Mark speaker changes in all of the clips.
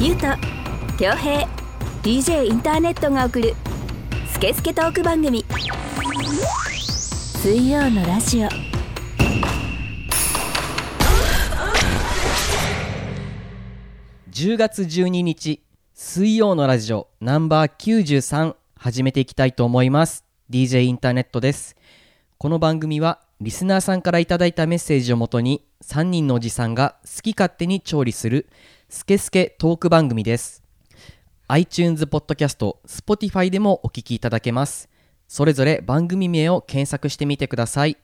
Speaker 1: ゆうと恭平 DJ インターネットが送る「スケスケトーク番組」水曜のラジオ
Speaker 2: 10月12日水曜のラジオナンバー93始めていきたいと思います DJ インターネットですこの番組はリスナーさんからいただいたメッセージをもとに3人のおじさんが好き勝手に調理するスケスケトーク番組です iTunes ポッドキャスト Spotify でもお聞きいただけますそれぞれ番組名を検索してみてください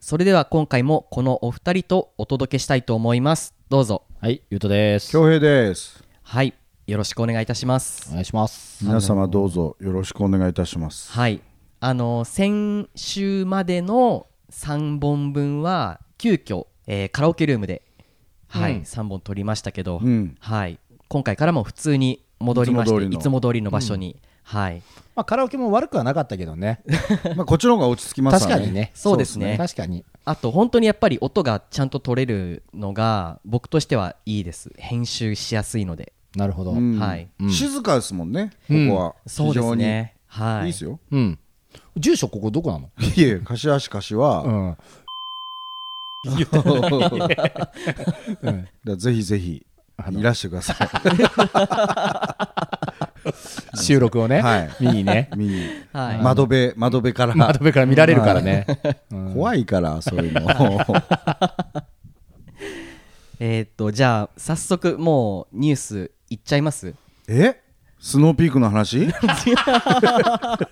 Speaker 2: それでは今回もこのお二人とお届けしたいと思いますどうぞ
Speaker 3: はい、ゆうとです。
Speaker 4: 恭平です
Speaker 2: はい、よろしくお願いいたします
Speaker 3: お。願いします。
Speaker 4: 皆様どうぞよろしくお願いいたします
Speaker 2: はい、あの先週までの3本分は急遽、えーカラオケルームで、はい、3本撮りましたけど、
Speaker 4: うん
Speaker 2: はい、今回からも普通に戻りまして、い
Speaker 4: い
Speaker 2: つ
Speaker 4: つ
Speaker 2: も
Speaker 4: も
Speaker 2: 通りの場所に、はい、
Speaker 3: まあ、カラオケも悪くはなかったけど ね。
Speaker 4: まあこっちの方が落ち着きます
Speaker 3: 確
Speaker 4: わね
Speaker 3: かにね。
Speaker 2: そうですね
Speaker 3: 確かに。
Speaker 2: あと本当にやっぱり音がちゃんと取れるのが僕としてはいいです。編集しやすいので、
Speaker 3: なるほど。
Speaker 4: うん
Speaker 2: はい、
Speaker 3: うん
Speaker 4: 静かですもんね、ここは
Speaker 2: そう
Speaker 4: 非
Speaker 2: です
Speaker 4: 常に、、
Speaker 2: ね。はいい、
Speaker 4: いですよ
Speaker 3: うん。住所ここどこなの
Speaker 4: いえ柏市 柏
Speaker 3: ん。
Speaker 4: はぜひぜひいらしてくださ
Speaker 3: 収録を
Speaker 4: い
Speaker 3: ね。
Speaker 4: はい
Speaker 3: 見に ね。
Speaker 4: 見に
Speaker 2: はい
Speaker 4: 窓辺窓辺から、
Speaker 3: 窓辺から見られるからね。
Speaker 4: 怖いからそういうの
Speaker 2: えーっとじゃあ早速もうニュースいっちゃいます
Speaker 4: えスノーピークの話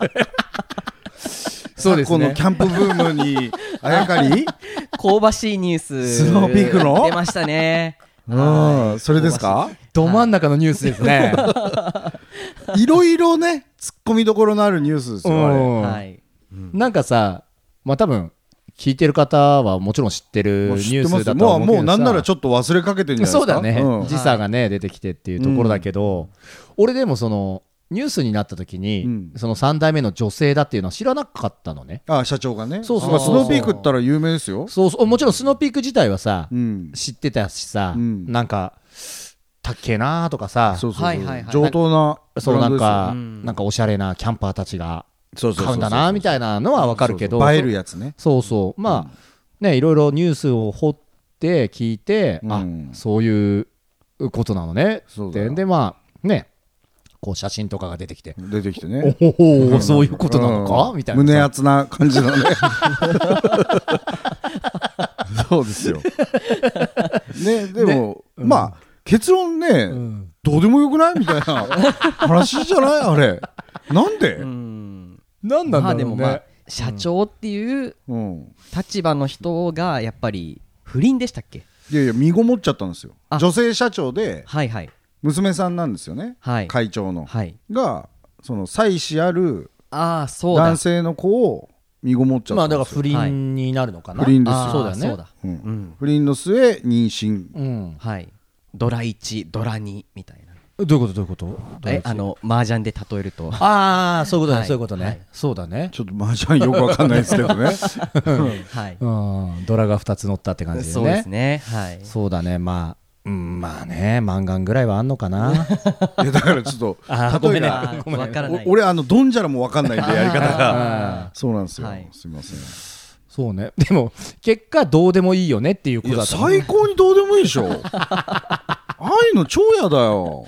Speaker 3: そうですね
Speaker 4: 昨今のキャンプブームにあやかり
Speaker 2: 香ばしいニュース
Speaker 4: スノーピークの
Speaker 2: 出ましたね
Speaker 4: うんそれですか
Speaker 3: ど真ん中のニュースですね。
Speaker 4: いろいろね突っ込みどころのあるニュースですよあれ
Speaker 3: うん
Speaker 2: はい
Speaker 3: なんかさ、まあ多分、聞いてる方はもちろん知ってる
Speaker 4: も
Speaker 3: ニ
Speaker 4: う知
Speaker 3: ュ
Speaker 4: っ
Speaker 3: ー
Speaker 4: てま
Speaker 3: ス
Speaker 4: す
Speaker 3: だとは
Speaker 4: もう
Speaker 3: 思うけど
Speaker 4: もうなんなら
Speaker 3: ょ
Speaker 4: ちょっと忘れかけてるんじゃない
Speaker 3: そ
Speaker 4: で
Speaker 3: う
Speaker 4: す
Speaker 3: だ
Speaker 4: か
Speaker 3: ね、
Speaker 4: うん
Speaker 3: 時差がね出てきてっていうところだけど、俺でもそのニュースになった時に、
Speaker 4: うん
Speaker 3: その3代目の女性だっていうのは知らなかったのね
Speaker 4: あ社長がね
Speaker 3: そうそう
Speaker 4: まあスノーピークったら有名ですよ
Speaker 3: そうそうもちろんスノーピーク自体はさ、
Speaker 4: うん
Speaker 3: 知ってたしさ、
Speaker 4: うん
Speaker 3: なんかたっけえなーとかさ
Speaker 4: そうそうそう、
Speaker 2: はいはいはい
Speaker 4: 上等な
Speaker 3: そうなんか、
Speaker 2: うん
Speaker 3: なんかおしゃれなキャンパーたちが
Speaker 4: そう
Speaker 3: 買うんだなーみたいなのはわかるけど
Speaker 4: 映えるやつね
Speaker 3: そうそうまあ、ねいろいろニュースを掘って聞いて、
Speaker 4: うん
Speaker 3: あそういうことなのね
Speaker 4: そう
Speaker 3: っ
Speaker 4: だ
Speaker 3: て
Speaker 4: よ
Speaker 3: でまあねこう写真とかが出てきて、
Speaker 4: 出てきてね
Speaker 3: おおおそういうことなのか、
Speaker 4: うん
Speaker 3: みたいなさ
Speaker 4: 胸熱な感じのねそうですよ ねでも、まあ結論ね、
Speaker 3: ん
Speaker 4: どうでもよくないみたいな話じゃないあれなんで、
Speaker 2: う
Speaker 4: うん
Speaker 2: ん
Speaker 3: なんな
Speaker 2: ま
Speaker 3: んだ
Speaker 2: あ
Speaker 3: ろ
Speaker 2: で
Speaker 3: うね、
Speaker 2: もまあ社長っていう立場の人がやっぱり不倫でしたっけ
Speaker 4: いやいや身ごもっちゃったんですよ
Speaker 2: あ
Speaker 4: 女性社長で
Speaker 2: はいはい
Speaker 4: 娘さんなんですよね、
Speaker 2: はい
Speaker 4: 会長の、
Speaker 2: はい
Speaker 4: がその妻子ある
Speaker 2: ああそうだ
Speaker 4: 男性の子を身ごもっちゃ
Speaker 3: ま
Speaker 4: った
Speaker 3: あ
Speaker 4: ん
Speaker 3: だから
Speaker 4: ですよ、
Speaker 3: 不倫になるのかな、
Speaker 4: はい不倫ですよ
Speaker 2: ああ
Speaker 3: そうだよね
Speaker 2: そうだ
Speaker 4: うん
Speaker 2: うん
Speaker 4: 不倫の末妊娠
Speaker 3: うん
Speaker 2: はいドラ1ドラ2みたいな
Speaker 3: どういうことどういうことどう
Speaker 2: え
Speaker 3: いうこと
Speaker 2: あの麻雀で例えると
Speaker 3: ああそういうことね、
Speaker 2: はい
Speaker 3: そういうことね、
Speaker 2: はい
Speaker 3: そうだね
Speaker 4: ちょっと麻雀よくわかんないですけどね
Speaker 2: はい
Speaker 3: うんドラが2つ乗ったって感じでね
Speaker 2: そうですねはい
Speaker 3: そうだねまあうんまあねマンガンぐらいはあんのか な
Speaker 4: いやだからちょっ
Speaker 3: あー
Speaker 4: と
Speaker 3: ごめ
Speaker 4: 例え
Speaker 3: んね
Speaker 4: が
Speaker 2: ああわからない
Speaker 4: お俺あのドンジャラもわかんないんでやり方
Speaker 3: あ
Speaker 4: がそうなんですよ、
Speaker 2: はい
Speaker 4: すいません
Speaker 3: そうね でも結果どうでもいいよねっていうこ
Speaker 4: い
Speaker 3: とだ
Speaker 4: や
Speaker 3: ったね
Speaker 4: 最高にどうでもいいでしょああいうの超やだよ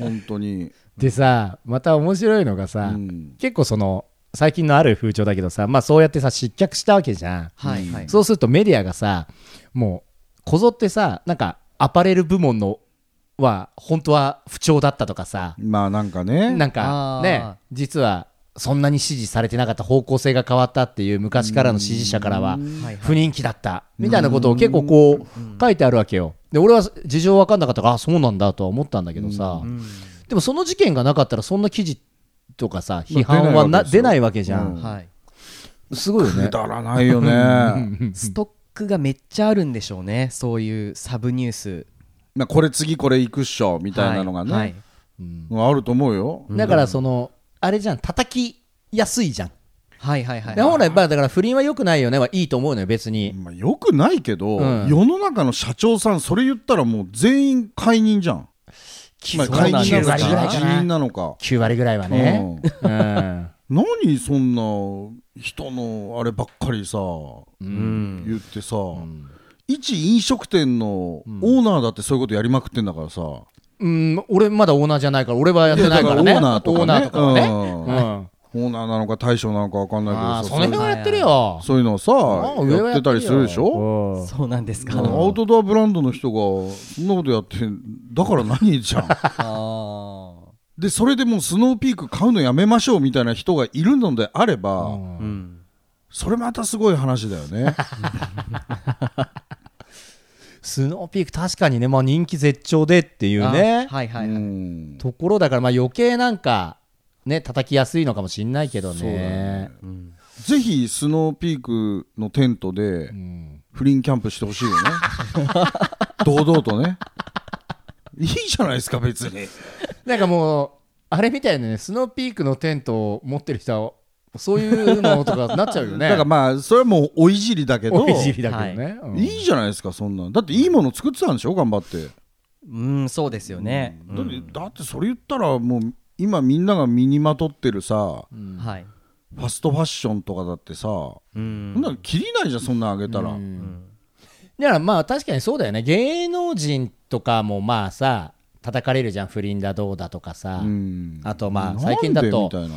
Speaker 4: 本当に
Speaker 3: でさまた面白いのがさ、
Speaker 4: うん
Speaker 3: 結構その最近のある風潮だけどさまあそうやってさ失脚したわけじゃん、
Speaker 2: はいはい
Speaker 3: そうするとメディアがさもうこぞってさなんかアパレル部門のは本当は不調だったとかさ、
Speaker 4: まあなんかね
Speaker 3: なん
Speaker 2: あ
Speaker 3: か
Speaker 2: ー
Speaker 3: ね実はそんなに支持されてなかった方向性が変わったっていう昔からの支持者からは
Speaker 2: はい
Speaker 3: 不人気だったみたいなことを結構こう書いてあるわけよで俺は事情分かんなかったからあそうなんだとは思ったんだけどさでもその事件がなかったらそんな記事とかさ批判は
Speaker 4: まあ
Speaker 3: な
Speaker 4: 出
Speaker 3: 出
Speaker 4: な
Speaker 3: ないいわけじゃ
Speaker 4: うん
Speaker 3: ん
Speaker 2: はい
Speaker 3: すごいよね
Speaker 4: くだらないよね
Speaker 2: ストックがめっちゃあるんでしょうね、そういうサブニュース
Speaker 4: まあこれ次これ行くっしょみ
Speaker 2: み
Speaker 4: たいなのがね、
Speaker 2: はい
Speaker 4: あると思うよ
Speaker 3: だからそのあれじゃん叩きやすいじゃん
Speaker 2: はいはいはい
Speaker 3: で本来まあだから不倫は良くないよねはいいと思うのよ別に
Speaker 4: まあ、よくないけど、
Speaker 3: うん
Speaker 4: 世の中の社長さんそれ言ったらもう全員解任じゃん、まあ、
Speaker 3: そう
Speaker 4: 解
Speaker 3: なんだ
Speaker 4: 任
Speaker 3: 9
Speaker 4: なの
Speaker 3: 割ぐら
Speaker 4: か
Speaker 3: いか
Speaker 4: 辞
Speaker 3: な
Speaker 4: 任なのか、
Speaker 3: 9割ぐらいはねうん
Speaker 4: うん、 何そんな人のあればっかりさ
Speaker 2: うん
Speaker 4: 言ってさ、一飲食店のオーナーだってそういうことやりまくってんだからさ、
Speaker 3: うん俺まだオーナーじゃないから俺はやっ
Speaker 4: い
Speaker 3: て
Speaker 4: や
Speaker 3: な
Speaker 4: だ
Speaker 3: いから
Speaker 4: オ
Speaker 3: ね
Speaker 4: ーナーとか
Speaker 3: オー
Speaker 4: ね
Speaker 3: ナーとかはね
Speaker 4: うん
Speaker 3: うん
Speaker 4: オーナーなのか大将なのかわかんないけ
Speaker 3: あ
Speaker 4: ど
Speaker 3: あ
Speaker 4: さ
Speaker 3: その辺はやってるよ
Speaker 4: そういうのをさ
Speaker 3: あ上は
Speaker 4: やってたりするでしょ
Speaker 3: ょ
Speaker 2: そうなんですか
Speaker 4: あのアウトドアブランドの人がそんなことやってだから何じゃん
Speaker 2: あ
Speaker 4: でそれでもうスノーピーク買うのやめましょうみたいな人がいるのであれば、
Speaker 2: ーうん
Speaker 4: それまたすごい話だよ ね
Speaker 3: スノーピーク確かにねまあ人気絶頂でっていうね
Speaker 2: あはいは
Speaker 4: う
Speaker 2: いはい
Speaker 4: ん
Speaker 3: ところだからまあ余計なんかね叩きやすいのかもしんないけど
Speaker 4: そうだ
Speaker 3: ね
Speaker 4: ね
Speaker 2: うん
Speaker 4: ぜひスノーピークのテントで
Speaker 3: うん
Speaker 4: 不倫キャンプしてほしい よね堂々とねいいじゃないですか別に
Speaker 3: なんかもうあれみたいなねスノーピークのテントを持ってる人はそういうのとかなっちゃうよね
Speaker 4: だからまあそれはもうおいじり だけど
Speaker 3: おいじりだけどね、うん
Speaker 4: いいじゃないですかそんなんだっていいもの作ってたんでしょ頑張って、
Speaker 2: うんそうですよね
Speaker 4: だってだってそれ言ったらもう今みんなが身にまとってるさ
Speaker 2: うんはい
Speaker 4: ファストファッションとかだってさ、
Speaker 2: う
Speaker 4: そん
Speaker 2: ん
Speaker 4: なの切りないじゃんそんなんあげたら、
Speaker 3: だからまあ確かにそうだよね芸能人とかもまあさ叩かれるじゃん不倫だどうだとかさ、
Speaker 4: うん
Speaker 3: あとま
Speaker 4: なん
Speaker 3: あ
Speaker 4: で
Speaker 3: 最近だ
Speaker 4: み
Speaker 3: と
Speaker 4: たいな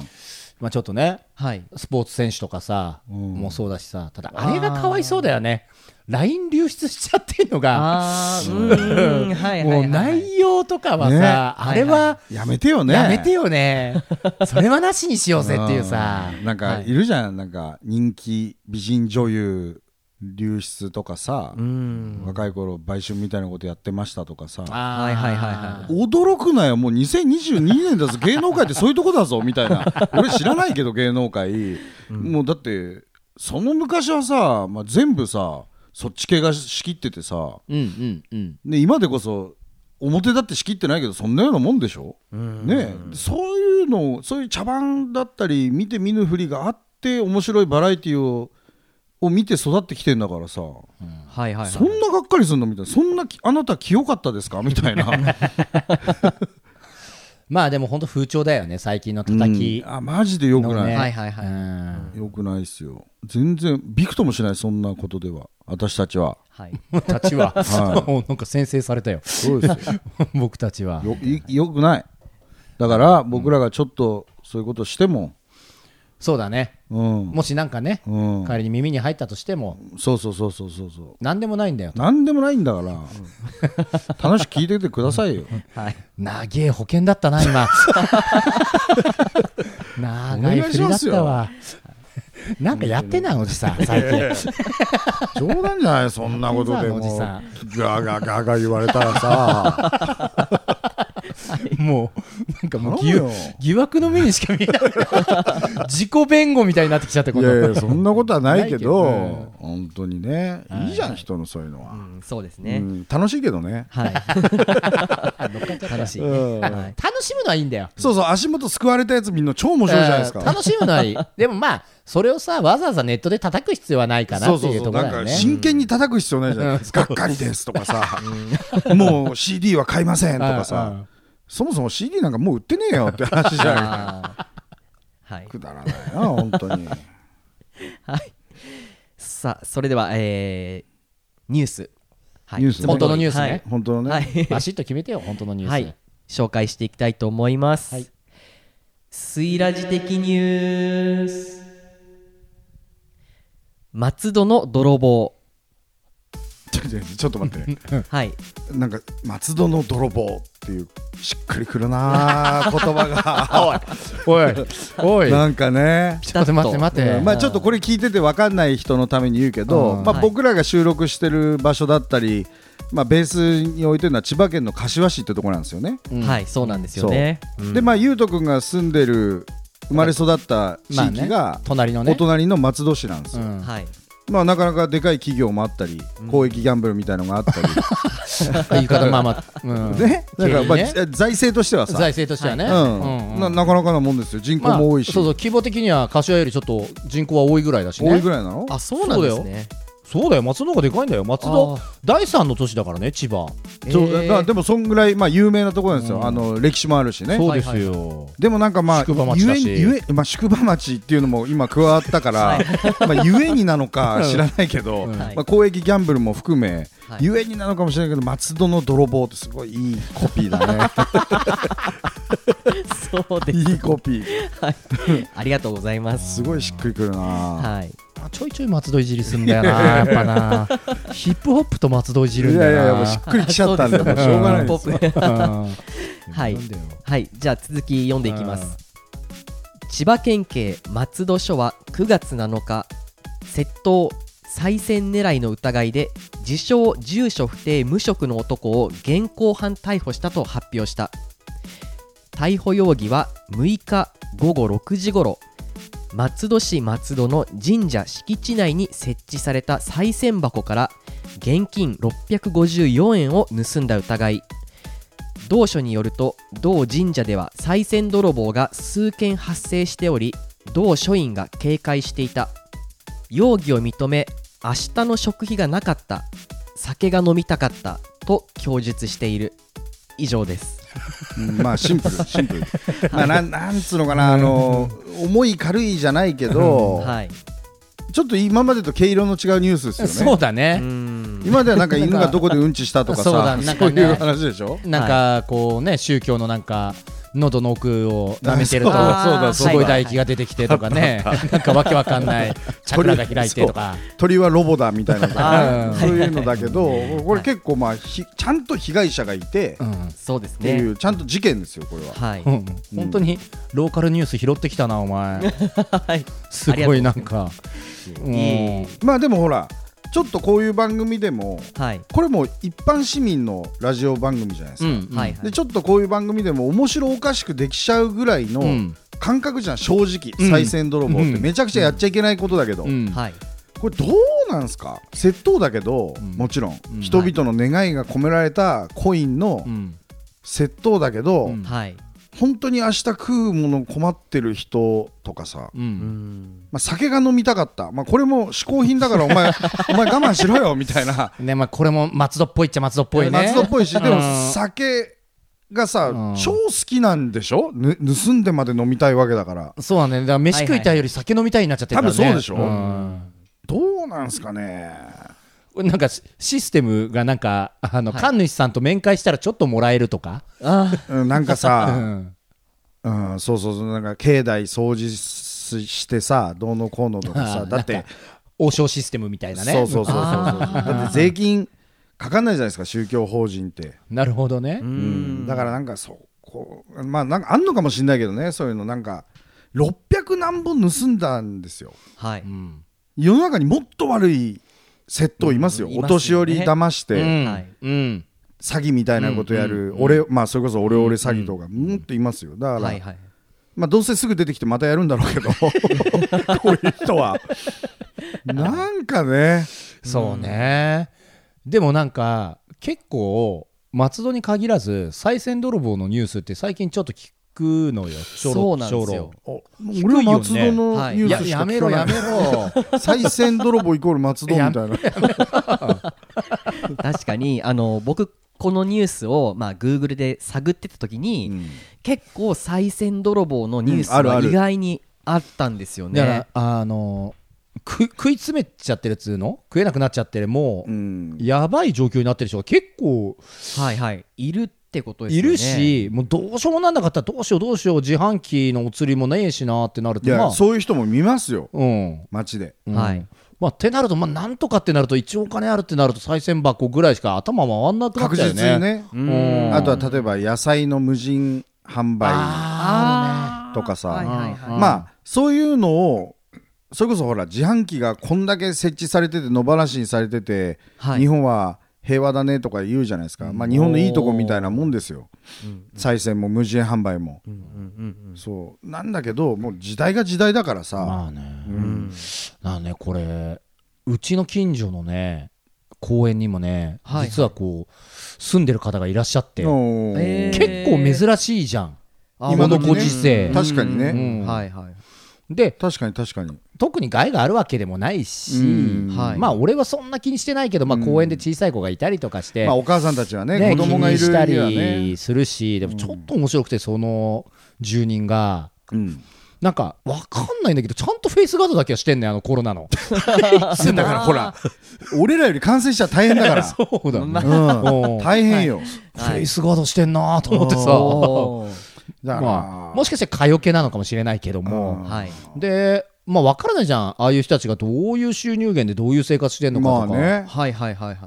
Speaker 3: まあちょっとね
Speaker 2: はい
Speaker 3: スポーツ選手とかさ、
Speaker 4: うん
Speaker 3: もうそうだしさただあれがかわいそうだよね LINE 流出しちゃってんのが
Speaker 2: ああうんはいはい
Speaker 3: も
Speaker 2: は
Speaker 3: う
Speaker 2: いはい
Speaker 3: 内容とかはさ、
Speaker 4: ね
Speaker 3: あれ
Speaker 2: はい
Speaker 3: は
Speaker 4: やめてよね
Speaker 3: やめてよ ねそれはなしにしようぜっていうさ
Speaker 4: んなんかいるじゃん、なんか人気美人女優流出とかさ、
Speaker 2: うん
Speaker 4: 若い頃売春みたいなことやってましたとかさ
Speaker 3: あー
Speaker 2: はいはいはいは
Speaker 4: 驚くなよもう2022年だぞ芸能界ってそういうとこだぞみた いな俺知らないけど芸能界、もうだってその昔はさ、まあ、全部さそっち系が仕切っててさ
Speaker 3: うんうんうん
Speaker 4: で今でこそ表だって仕切ってないけどそんなようなもんでしょ、ねえそういうのそういう茶番だったり見て見ぬふりがあって面白いバラエティをを見て育ってきてんだからさ、
Speaker 2: はいはい
Speaker 4: そんながっかりするのみたいなそんなきあなた清かったですかみたいな。
Speaker 3: まあでも本当風潮だよね最近の叩き、
Speaker 4: あマジでよく
Speaker 3: の
Speaker 4: ない、
Speaker 3: ね
Speaker 2: はいはいはい
Speaker 3: うん
Speaker 4: よくないっすよ全然びくともしないそんなことでは私たちは
Speaker 2: はい
Speaker 3: 僕たちは、
Speaker 4: は
Speaker 3: もうなんか先制されたよ
Speaker 4: そうですよ
Speaker 3: 僕たちは
Speaker 4: よいよくないだから僕らがちょっとそういうことしても
Speaker 3: そうだね
Speaker 4: うん、
Speaker 3: もしなんかね、
Speaker 4: うん、
Speaker 3: 仮に耳に入ったとしても
Speaker 4: そうそうそうそうそうそ
Speaker 3: 何でもないんだよ
Speaker 4: うなんでもないんだから、楽しく聞いててくださいよ
Speaker 2: はい
Speaker 3: 長え保険だったな 今長い振りだったわなんかやってないおじさん最近
Speaker 4: 冗談じゃないそんなことでも
Speaker 3: おじさん
Speaker 4: ガガガガ言われたらさ
Speaker 3: もうなんかもう疑
Speaker 4: 頼むよ
Speaker 3: 疑惑の目にしか見え ない自己弁護みたいになってきちゃって
Speaker 4: い
Speaker 3: こ
Speaker 4: やいや
Speaker 3: の
Speaker 4: そんなことはないけど
Speaker 3: ないけど
Speaker 4: 本当にねいいじゃん人のそういうのは、
Speaker 2: うんそうです
Speaker 4: う
Speaker 2: ね
Speaker 4: ん楽しいけどね
Speaker 2: はい楽しい
Speaker 4: うん
Speaker 2: はい
Speaker 3: 楽しむのはいいんだよ
Speaker 4: そうそう、足元すくわれたやつみんな超面白いじゃないです
Speaker 3: う
Speaker 4: か。
Speaker 3: ん楽しむのはいいでもまあそれをさわざわざネットで叩く必要はないかな
Speaker 4: そう
Speaker 3: って
Speaker 4: そう
Speaker 3: いう
Speaker 4: そ
Speaker 3: と
Speaker 4: う、
Speaker 3: ころだ
Speaker 4: な
Speaker 3: よ
Speaker 4: んか
Speaker 3: ね
Speaker 4: 真剣に叩く必要ないじゃないですか。がっかりですとかさ、もう CD は買いませんとか
Speaker 3: うんう
Speaker 4: さ
Speaker 3: ん、
Speaker 4: そもそも CD なんかもう売ってねえよって話じゃん。
Speaker 2: あーはい
Speaker 4: くだらないな、本当に。
Speaker 2: はい。さあ、それでは、えー、ニュース。はい
Speaker 4: ニュース
Speaker 2: いつも通り
Speaker 3: 本当のニュースね
Speaker 4: 本当の
Speaker 2: はい。
Speaker 4: ね。
Speaker 2: は
Speaker 3: バシッと決めてよ本当のニュ
Speaker 2: い
Speaker 3: ース、
Speaker 2: はい。紹介していきたいと思います。
Speaker 3: はい
Speaker 2: スイラジ的ニュース。松戸の泥棒。
Speaker 4: ちょちょ ちょっと待ってね。
Speaker 2: はい。
Speaker 4: なんか松戸の泥棒っていうしっくりくるな言葉が。
Speaker 3: お い おい
Speaker 4: なんかね。
Speaker 3: ちょっと待って待って、
Speaker 4: まあ、ちょっとこれ聞いてて分かんない人のために言うけど、
Speaker 3: うん
Speaker 4: ま
Speaker 2: は
Speaker 4: あ、
Speaker 2: い
Speaker 4: 僕らが収録してる場所だったり、まあ、ベースに置いてるのは千葉県の柏市ってとこなんですよね。
Speaker 3: うん
Speaker 2: はい、そうなんですよね。
Speaker 4: でまあゆうとくんが住んでる生まれ育った地
Speaker 3: まあ
Speaker 4: 域
Speaker 3: ね
Speaker 4: が
Speaker 3: 隣のね
Speaker 4: お隣の松戸市なんです
Speaker 3: う
Speaker 4: よ。
Speaker 3: ん
Speaker 2: はい。
Speaker 4: まあ、なかなかでかい企業もあったり、公益ギャンブルみたいのがあったり、
Speaker 3: 言い方まあまあ、 うん
Speaker 4: ね、なんか、まあ、
Speaker 3: 経営ね
Speaker 4: 財政としてはさ、
Speaker 3: 財政としてはね、
Speaker 4: うんななかなかなもんですよ人口
Speaker 3: まあ
Speaker 4: も多いし、
Speaker 3: そうそう規模的には柏よりちょっと人口は多いぐらいだしね
Speaker 4: 多いぐらいなの
Speaker 2: あそうなんですね
Speaker 3: そうだよ松戸の方がでかいんだよ松
Speaker 2: あ
Speaker 3: 戸
Speaker 2: ー
Speaker 3: 第三の都市だからね千葉、
Speaker 4: そう
Speaker 2: え
Speaker 4: だ
Speaker 2: ー
Speaker 4: からでもそんぐらい、まあ、有名なところなんですよ、
Speaker 3: うん
Speaker 4: あの歴史もあるしね
Speaker 3: そうです
Speaker 2: はい
Speaker 3: よ、
Speaker 4: でもなんかまあ
Speaker 3: 宿場町だし
Speaker 4: ゆえゆえまあ、宿場町っていうのも今加わったから、 まあゆえになのか知らないけ
Speaker 3: う
Speaker 4: ど、
Speaker 3: ん
Speaker 4: まあ、公益ギャンブルも含め、
Speaker 2: はい
Speaker 4: ゆえになのかもしれないけど松戸の泥棒ってすごいいいコピーだね
Speaker 2: そうです
Speaker 4: いいコピー
Speaker 2: ありがとうございます
Speaker 4: すごいしっくりくるな、
Speaker 2: はい
Speaker 3: あちょいちょい松戸いじりすんだよな やっぱな ヒップホップと松戸いじ
Speaker 4: い
Speaker 3: る
Speaker 4: や
Speaker 3: ん
Speaker 4: い
Speaker 3: だ
Speaker 4: や
Speaker 3: よ
Speaker 4: い
Speaker 3: な
Speaker 4: やもうしっくりきちゃったんでもうしょうがないです
Speaker 2: ポップ
Speaker 3: うん
Speaker 2: はい
Speaker 3: なんだよ
Speaker 2: はい、じゃあ続き読んでいきます。千葉県警松戸署は9月7日、窃盗・再選狙いの疑いで自称住所不定無職の男を現行犯逮捕したと発表した。逮捕容疑は6日午後6時ごろ、松戸市松戸の神社敷地内に設置された再選箱から現金654円を盗んだ疑い。同署によると同神社ではさい銭泥棒が数件発生しており同署員が警戒していた容疑を認め明日の食費がなかった酒が飲みたかったと供述している以上です
Speaker 4: うんまあシンプルシンプル、まあ、なんなんつうのかなあの重い軽いじゃないけど、
Speaker 2: はい
Speaker 4: ちょっと今までと毛色の違うニュースですよね
Speaker 3: そうだね、
Speaker 2: ん
Speaker 4: 今ではなんか犬がどこでうんちしたとかさ
Speaker 3: そ
Speaker 4: そうう
Speaker 3: だなんかね
Speaker 4: いう話でしょ
Speaker 3: なんかこうね宗教のなんか喉の奥を舐めてると
Speaker 4: そうだ
Speaker 2: そうだ
Speaker 3: すごい唾液が出てきてとかねなんかわけわかん ないチャクラが開いてとか
Speaker 4: 鳥はロボだみたいなとか
Speaker 3: あー
Speaker 4: ねそういうのだけどこれ結構まあひちゃんと被害者がいてっ
Speaker 3: うん
Speaker 2: そうです
Speaker 4: てい
Speaker 2: ね
Speaker 4: うちゃんと事件ですよこれは
Speaker 2: はい
Speaker 3: うん本当にローカルニュース拾ってきたなお前
Speaker 2: はい
Speaker 3: すごいなんかうん
Speaker 2: いい
Speaker 4: まあでもほらちょっとこういう番組でも
Speaker 2: はい
Speaker 4: これも一般市民のラジオ番組じゃないです
Speaker 3: う
Speaker 4: か
Speaker 3: ん
Speaker 2: はいは
Speaker 4: で
Speaker 2: い
Speaker 4: ちょっとこういう番組でも面白おかしくできちゃうぐらいの
Speaker 3: うん
Speaker 4: 感覚じゃん正直
Speaker 3: うん
Speaker 4: 再選泥棒っ
Speaker 3: う
Speaker 4: て
Speaker 3: ん
Speaker 4: めちゃくちゃやっちゃいけないことだけど
Speaker 3: うん
Speaker 2: はい
Speaker 4: これどうなんすか窃盗だけど、
Speaker 3: うん
Speaker 4: もちろん、
Speaker 3: うん
Speaker 4: 人々の願いが込められたコインの
Speaker 3: うん
Speaker 4: 窃盗だけど、
Speaker 3: うん
Speaker 2: はい
Speaker 4: 本当に明日食うもの困ってる人とかさ、
Speaker 3: う
Speaker 2: うんん
Speaker 4: まあ、酒が飲みたかった、まあ、これも嗜好品だからお 前お前我慢しろよみたいな、
Speaker 3: ねまあこれも松戸っぽいっちゃ松戸っぽいね
Speaker 4: 松戸っぽいしで
Speaker 3: う
Speaker 4: も
Speaker 3: ん
Speaker 4: 酒がさ、
Speaker 3: うん
Speaker 4: 超好きなんでしょぬ盗んでまで飲みたいわけだから
Speaker 3: そうなんだよだから飯食いたいより酒飲みたいになっちゃってるからね
Speaker 4: 多分そうでしょ
Speaker 3: ん
Speaker 4: どうなんすかね
Speaker 3: なんかシシステムがなんかあの
Speaker 2: はい
Speaker 3: 神主さんと面会したらちょっともらえるとか
Speaker 2: あ
Speaker 4: うんなん か
Speaker 3: う
Speaker 4: さ、
Speaker 3: ん
Speaker 4: うん、そうそうそうなんか境内掃除ししてさどうのこうのとか
Speaker 3: あ
Speaker 4: さ
Speaker 3: ー
Speaker 4: だっ
Speaker 3: なん
Speaker 4: て
Speaker 3: か王将システムみたい なね
Speaker 4: そうそうそうそうそう
Speaker 2: あー
Speaker 4: だって税金かかんないじゃないですか宗教法人って、
Speaker 3: なるほどね
Speaker 2: う
Speaker 4: だからなんかそうこうまあなんかあんのかもしれないけどねそういうのなんか600何本盗んだんですよ
Speaker 2: はい
Speaker 3: うん
Speaker 4: 世の中にもっと悪い窃盗いますよ,、
Speaker 2: うんいますよね
Speaker 4: お年寄り騙して、
Speaker 3: うん
Speaker 2: はい
Speaker 3: うん
Speaker 4: 詐欺みたいなことやる、
Speaker 3: うん
Speaker 4: 俺まあそれこそオレオレ詐欺とかうんっといますよだから、
Speaker 2: はいはい
Speaker 4: まあどうせすぐ出てきてまたやるんだろう けどこういう人はなんかね
Speaker 3: そうね、でもなんか結構松戸に限らず再選泥棒のニュースって最近ちょっと聞くのよちょろ
Speaker 2: そうなんですよ
Speaker 3: ちょろ
Speaker 4: 俺
Speaker 3: いよね
Speaker 4: は松戸のニュ
Speaker 3: い
Speaker 4: ー
Speaker 3: や
Speaker 4: スし
Speaker 3: や
Speaker 4: か
Speaker 3: め
Speaker 4: 聞か
Speaker 3: ろ
Speaker 4: ない
Speaker 3: やめ ろ
Speaker 4: 再選泥棒イコール松戸みたいな。
Speaker 2: 確かにあの僕このニュースを、まあ、Google で探ってた時に、
Speaker 4: うん
Speaker 2: 結構さい銭泥棒のニュース
Speaker 4: うんあるあ
Speaker 2: は
Speaker 4: る
Speaker 2: 意外にあったんですよね。
Speaker 3: だからあのく食い詰めちゃってるっつうの食えなくなっちゃってるもう、
Speaker 4: うん
Speaker 3: やばい状況になってる人が結構
Speaker 2: はいはい、いるってことです
Speaker 3: い
Speaker 2: よね。
Speaker 3: るし、もうどうしようもなんなかったらどうしようどうしよう自販機のお釣りもねえしなってなる
Speaker 4: い
Speaker 3: とま
Speaker 4: や、
Speaker 3: あ
Speaker 4: そういう人も見ますよ、
Speaker 3: うん、
Speaker 4: 街で。
Speaker 3: うん
Speaker 2: はい
Speaker 3: まあ、ってなると、まあ、なんとかってなると、一応お金あるってなると、再銭箱ぐらいしか頭回んなくなっ
Speaker 4: 確
Speaker 3: ちゃう
Speaker 4: 実
Speaker 3: よね。
Speaker 4: にね。
Speaker 2: うん
Speaker 3: うん
Speaker 4: あとは例えば野菜の無人販売
Speaker 3: あ
Speaker 4: とかさ、
Speaker 2: はいはいはい
Speaker 4: まあそういうのを、それこそほら、自販機がこんだけ設置されてて、野放しにされてて、
Speaker 2: はい
Speaker 4: 日本は平和だねとか言うじゃないですか、まあ、日本のいいとこみたいなもんですよ、再生も無人販売も。そうなんだけど、もう時代が時代だか
Speaker 3: ー
Speaker 4: ら
Speaker 3: ね
Speaker 4: さ、
Speaker 3: まあね。なあね、これ、うちの近所のね公園にもね、
Speaker 2: はいはい
Speaker 3: 実はこう住んでる方がいらっしゃって、
Speaker 4: おー
Speaker 2: えー
Speaker 3: 結構珍しいじゃん、
Speaker 2: あ
Speaker 4: 今
Speaker 3: の
Speaker 4: 時ね
Speaker 3: ご時世
Speaker 4: 確かにね
Speaker 3: うん
Speaker 2: はいはい
Speaker 3: で
Speaker 4: 確かに確かに
Speaker 3: 特に害があるわけでもないし、
Speaker 4: うん
Speaker 2: はい
Speaker 3: まあ俺はそんな気にしてないけど、まあ、
Speaker 4: うん
Speaker 3: 公園で小さい子がいたりとかして、
Speaker 4: まあお母さんたちはね
Speaker 3: ね
Speaker 4: 子供がい
Speaker 3: 気にし
Speaker 4: る
Speaker 3: た
Speaker 4: にはね
Speaker 3: りするし、でもちょっと面白くてその住人が
Speaker 4: うん
Speaker 3: なんかわかんないんだけどちゃんとフェイスガードだけはしてんねあのコロナ の
Speaker 4: だからほら俺らより感染したら大変だか ら
Speaker 3: そうだね
Speaker 4: うん大変よ
Speaker 3: フェイスガードしてんなと思ってさ
Speaker 2: おー
Speaker 4: だから
Speaker 3: まあ、もしかして蚊よけなのかもしれないけども、
Speaker 2: はい
Speaker 3: で、まあ、分からないじゃんああいう人たちがどういう収入源でどういう生活してんの
Speaker 4: ま
Speaker 3: か
Speaker 4: あ
Speaker 3: とか、
Speaker 4: ね
Speaker 2: はいはいはいはい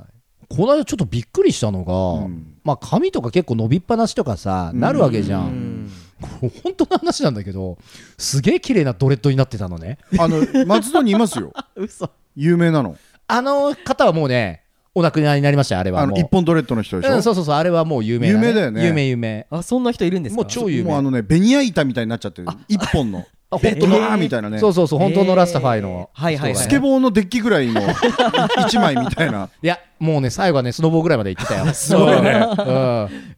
Speaker 3: この間ちょっとびっくりしたのが、
Speaker 4: うん
Speaker 3: まあ、髪とか結構伸びっぱなしとかさなるわけじゃん、
Speaker 2: うん
Speaker 3: これ本当の話なんだけどすげえ綺麗なドレッドになってたのね
Speaker 4: あの松戸にいますよ
Speaker 3: 嘘
Speaker 4: 有名なの
Speaker 3: あの方はもうねお亡くなりになりましたよあれは
Speaker 4: あ
Speaker 3: も
Speaker 4: の
Speaker 3: う
Speaker 4: 一本ドレッドの人でし
Speaker 3: う
Speaker 4: ょ
Speaker 3: んそうそうそうあれはもう有名,、
Speaker 4: 有名だよね
Speaker 3: 有名有名
Speaker 2: あそんな人いるんですか
Speaker 3: もう超有
Speaker 4: もうあ
Speaker 3: 名
Speaker 4: のねベニヤ板みたいになっちゃってる一本の
Speaker 3: あ
Speaker 4: ベッド
Speaker 2: え
Speaker 4: ラー
Speaker 2: ー
Speaker 4: みたいなね
Speaker 3: そうそうそう本当のラスタファイの、
Speaker 2: えーはいはいはい
Speaker 4: スケボーのデッキぐらい の一枚みたいな。
Speaker 3: いやもうね最後はねスノボぐらいまで行って たよす
Speaker 4: ごいね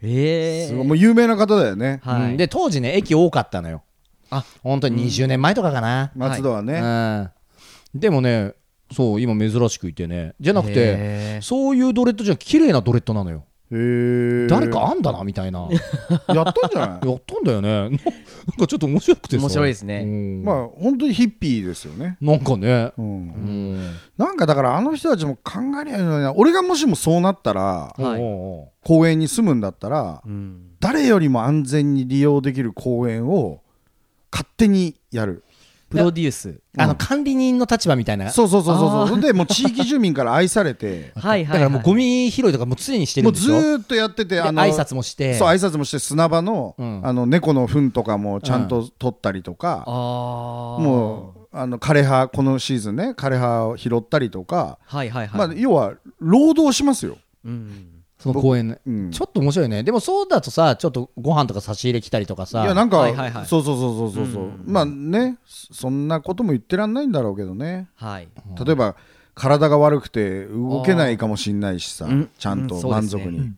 Speaker 2: え
Speaker 4: す
Speaker 2: え
Speaker 4: ごいもう有名な方だよね。
Speaker 2: は
Speaker 3: うん
Speaker 2: い
Speaker 3: で当時ね駅多かったのよ
Speaker 2: あ
Speaker 3: 本当に20年前とかかな、
Speaker 4: 松戸はね。
Speaker 3: うんでもねそう今珍しくいてねじゃなくて
Speaker 2: へー
Speaker 3: そういうドレッドじゃん綺麗なドレッドなのよ
Speaker 4: へー
Speaker 3: 誰かあんだなみたい なや
Speaker 4: やったん じゃない
Speaker 3: ったんだよねななんかちょっと面白くてさ
Speaker 2: 面白いですね
Speaker 3: うん
Speaker 4: まあ本当にヒッピーですよね。
Speaker 3: なんかねう
Speaker 4: う、
Speaker 3: んん
Speaker 4: なんかだからあの人たちも考えりゃいいのにな俺がもしもそうなったら
Speaker 2: はい
Speaker 3: おうおう
Speaker 4: 公園に住むんだったら
Speaker 2: うん
Speaker 4: 誰よりも安全に利用できる公園を勝手にやる
Speaker 2: プロデュース
Speaker 3: あの管理人の立場みたいな
Speaker 4: そうそうそうそうそうでもう地域住民から愛されて
Speaker 2: はいはい
Speaker 3: だからもうゴミ拾いとかもう常にしてる
Speaker 4: も
Speaker 3: ん
Speaker 4: う
Speaker 3: で
Speaker 4: ず
Speaker 3: しょ
Speaker 4: ーっとやってて
Speaker 3: で
Speaker 4: あの
Speaker 3: 挨拶もして
Speaker 4: そう挨拶もして砂場の,、
Speaker 3: うん
Speaker 4: あの猫の糞とかもちゃんと取ったりとか、
Speaker 2: ああ
Speaker 4: もうあの枯葉このシーズンね枯葉を拾ったりとか、
Speaker 2: はいはいはい、
Speaker 4: まあ、要は労働しますよ、
Speaker 2: うん
Speaker 3: その公園ね
Speaker 4: うん
Speaker 3: ちょっと面白いねでもそうだとさちょっとご飯とか差し入れ来たりとか
Speaker 4: い
Speaker 3: さ
Speaker 4: やなんか、
Speaker 2: はいはいはい
Speaker 4: そうそうそうそうそうそう、まあねそそんなことも言ってらんないんだろうけどね
Speaker 2: はい
Speaker 4: 例えば体が悪くて動けないかもしんないしさ
Speaker 2: うん
Speaker 4: ちゃんと
Speaker 2: うんそうで
Speaker 4: 満
Speaker 2: す
Speaker 4: 足
Speaker 2: ね
Speaker 4: に、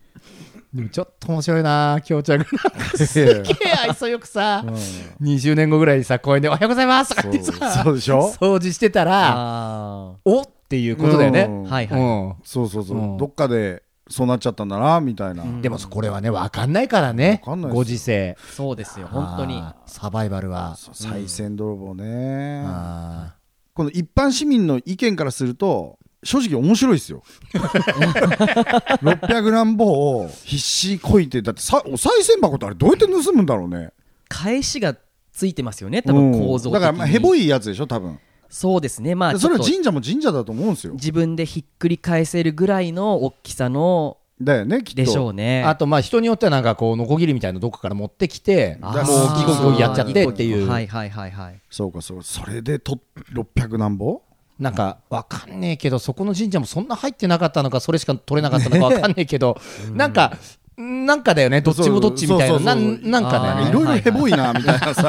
Speaker 3: でもちょっと面白いな京ちゃん がなんかす
Speaker 4: い
Speaker 3: げ
Speaker 4: やいや
Speaker 3: え愛想よくさ、20年後ぐらいにさ公園で「おはようございます」とか言ってさ
Speaker 4: そうそうでしょ
Speaker 3: 掃除してたら
Speaker 2: あ
Speaker 3: おっていうことだよ
Speaker 4: うん
Speaker 3: ね、
Speaker 2: あはいは
Speaker 3: う
Speaker 2: い、
Speaker 3: ん
Speaker 4: そうそうそう、
Speaker 3: うん
Speaker 4: どっかでそうなっちゃったんだなみたいな、
Speaker 3: でもこれはね分かんないからね
Speaker 4: わかんないですよ
Speaker 3: ご時世
Speaker 2: そうですよ本当に
Speaker 3: あーサバイバルは
Speaker 4: そう再選泥棒ね、
Speaker 3: あ
Speaker 4: この一般市民の意見からすると正直面白 いですよ600何本を必死こいてだってさお賽銭箱ってあれどうやって盗むんだろうね
Speaker 2: 返しがついてますよね多分構造
Speaker 4: うん
Speaker 2: 的に
Speaker 4: だからまあヘボいやつでしょ多分
Speaker 2: そうですねまあ
Speaker 4: で
Speaker 2: ち
Speaker 4: そ
Speaker 2: ょ
Speaker 4: れ
Speaker 2: っ
Speaker 4: は
Speaker 2: と
Speaker 4: 神社も神社だと思うんですよ
Speaker 2: 自分でひっくり返せるぐらいの大きさの
Speaker 4: だよねきっと
Speaker 2: でしょうね
Speaker 3: ーあとまあ人によってはなんかこうノコギリみたいなのどっかから持ってきても
Speaker 2: あ
Speaker 3: う
Speaker 2: ー
Speaker 3: ギコギコやっちゃってっていう、
Speaker 2: はいはいはい はい
Speaker 4: そうかそうかそれでと600何本
Speaker 3: なんか分かんねえけどそこの神社もそんな入ってなかったのかそれしか取れなかったのか分かんねえけど、なんかなんかだよねどっちもどっちみたい
Speaker 4: そう
Speaker 3: な
Speaker 4: そう
Speaker 3: な
Speaker 4: そうそうん
Speaker 3: なんか
Speaker 2: あ
Speaker 4: い
Speaker 3: ね
Speaker 4: ろいろヘボいなみたいな さ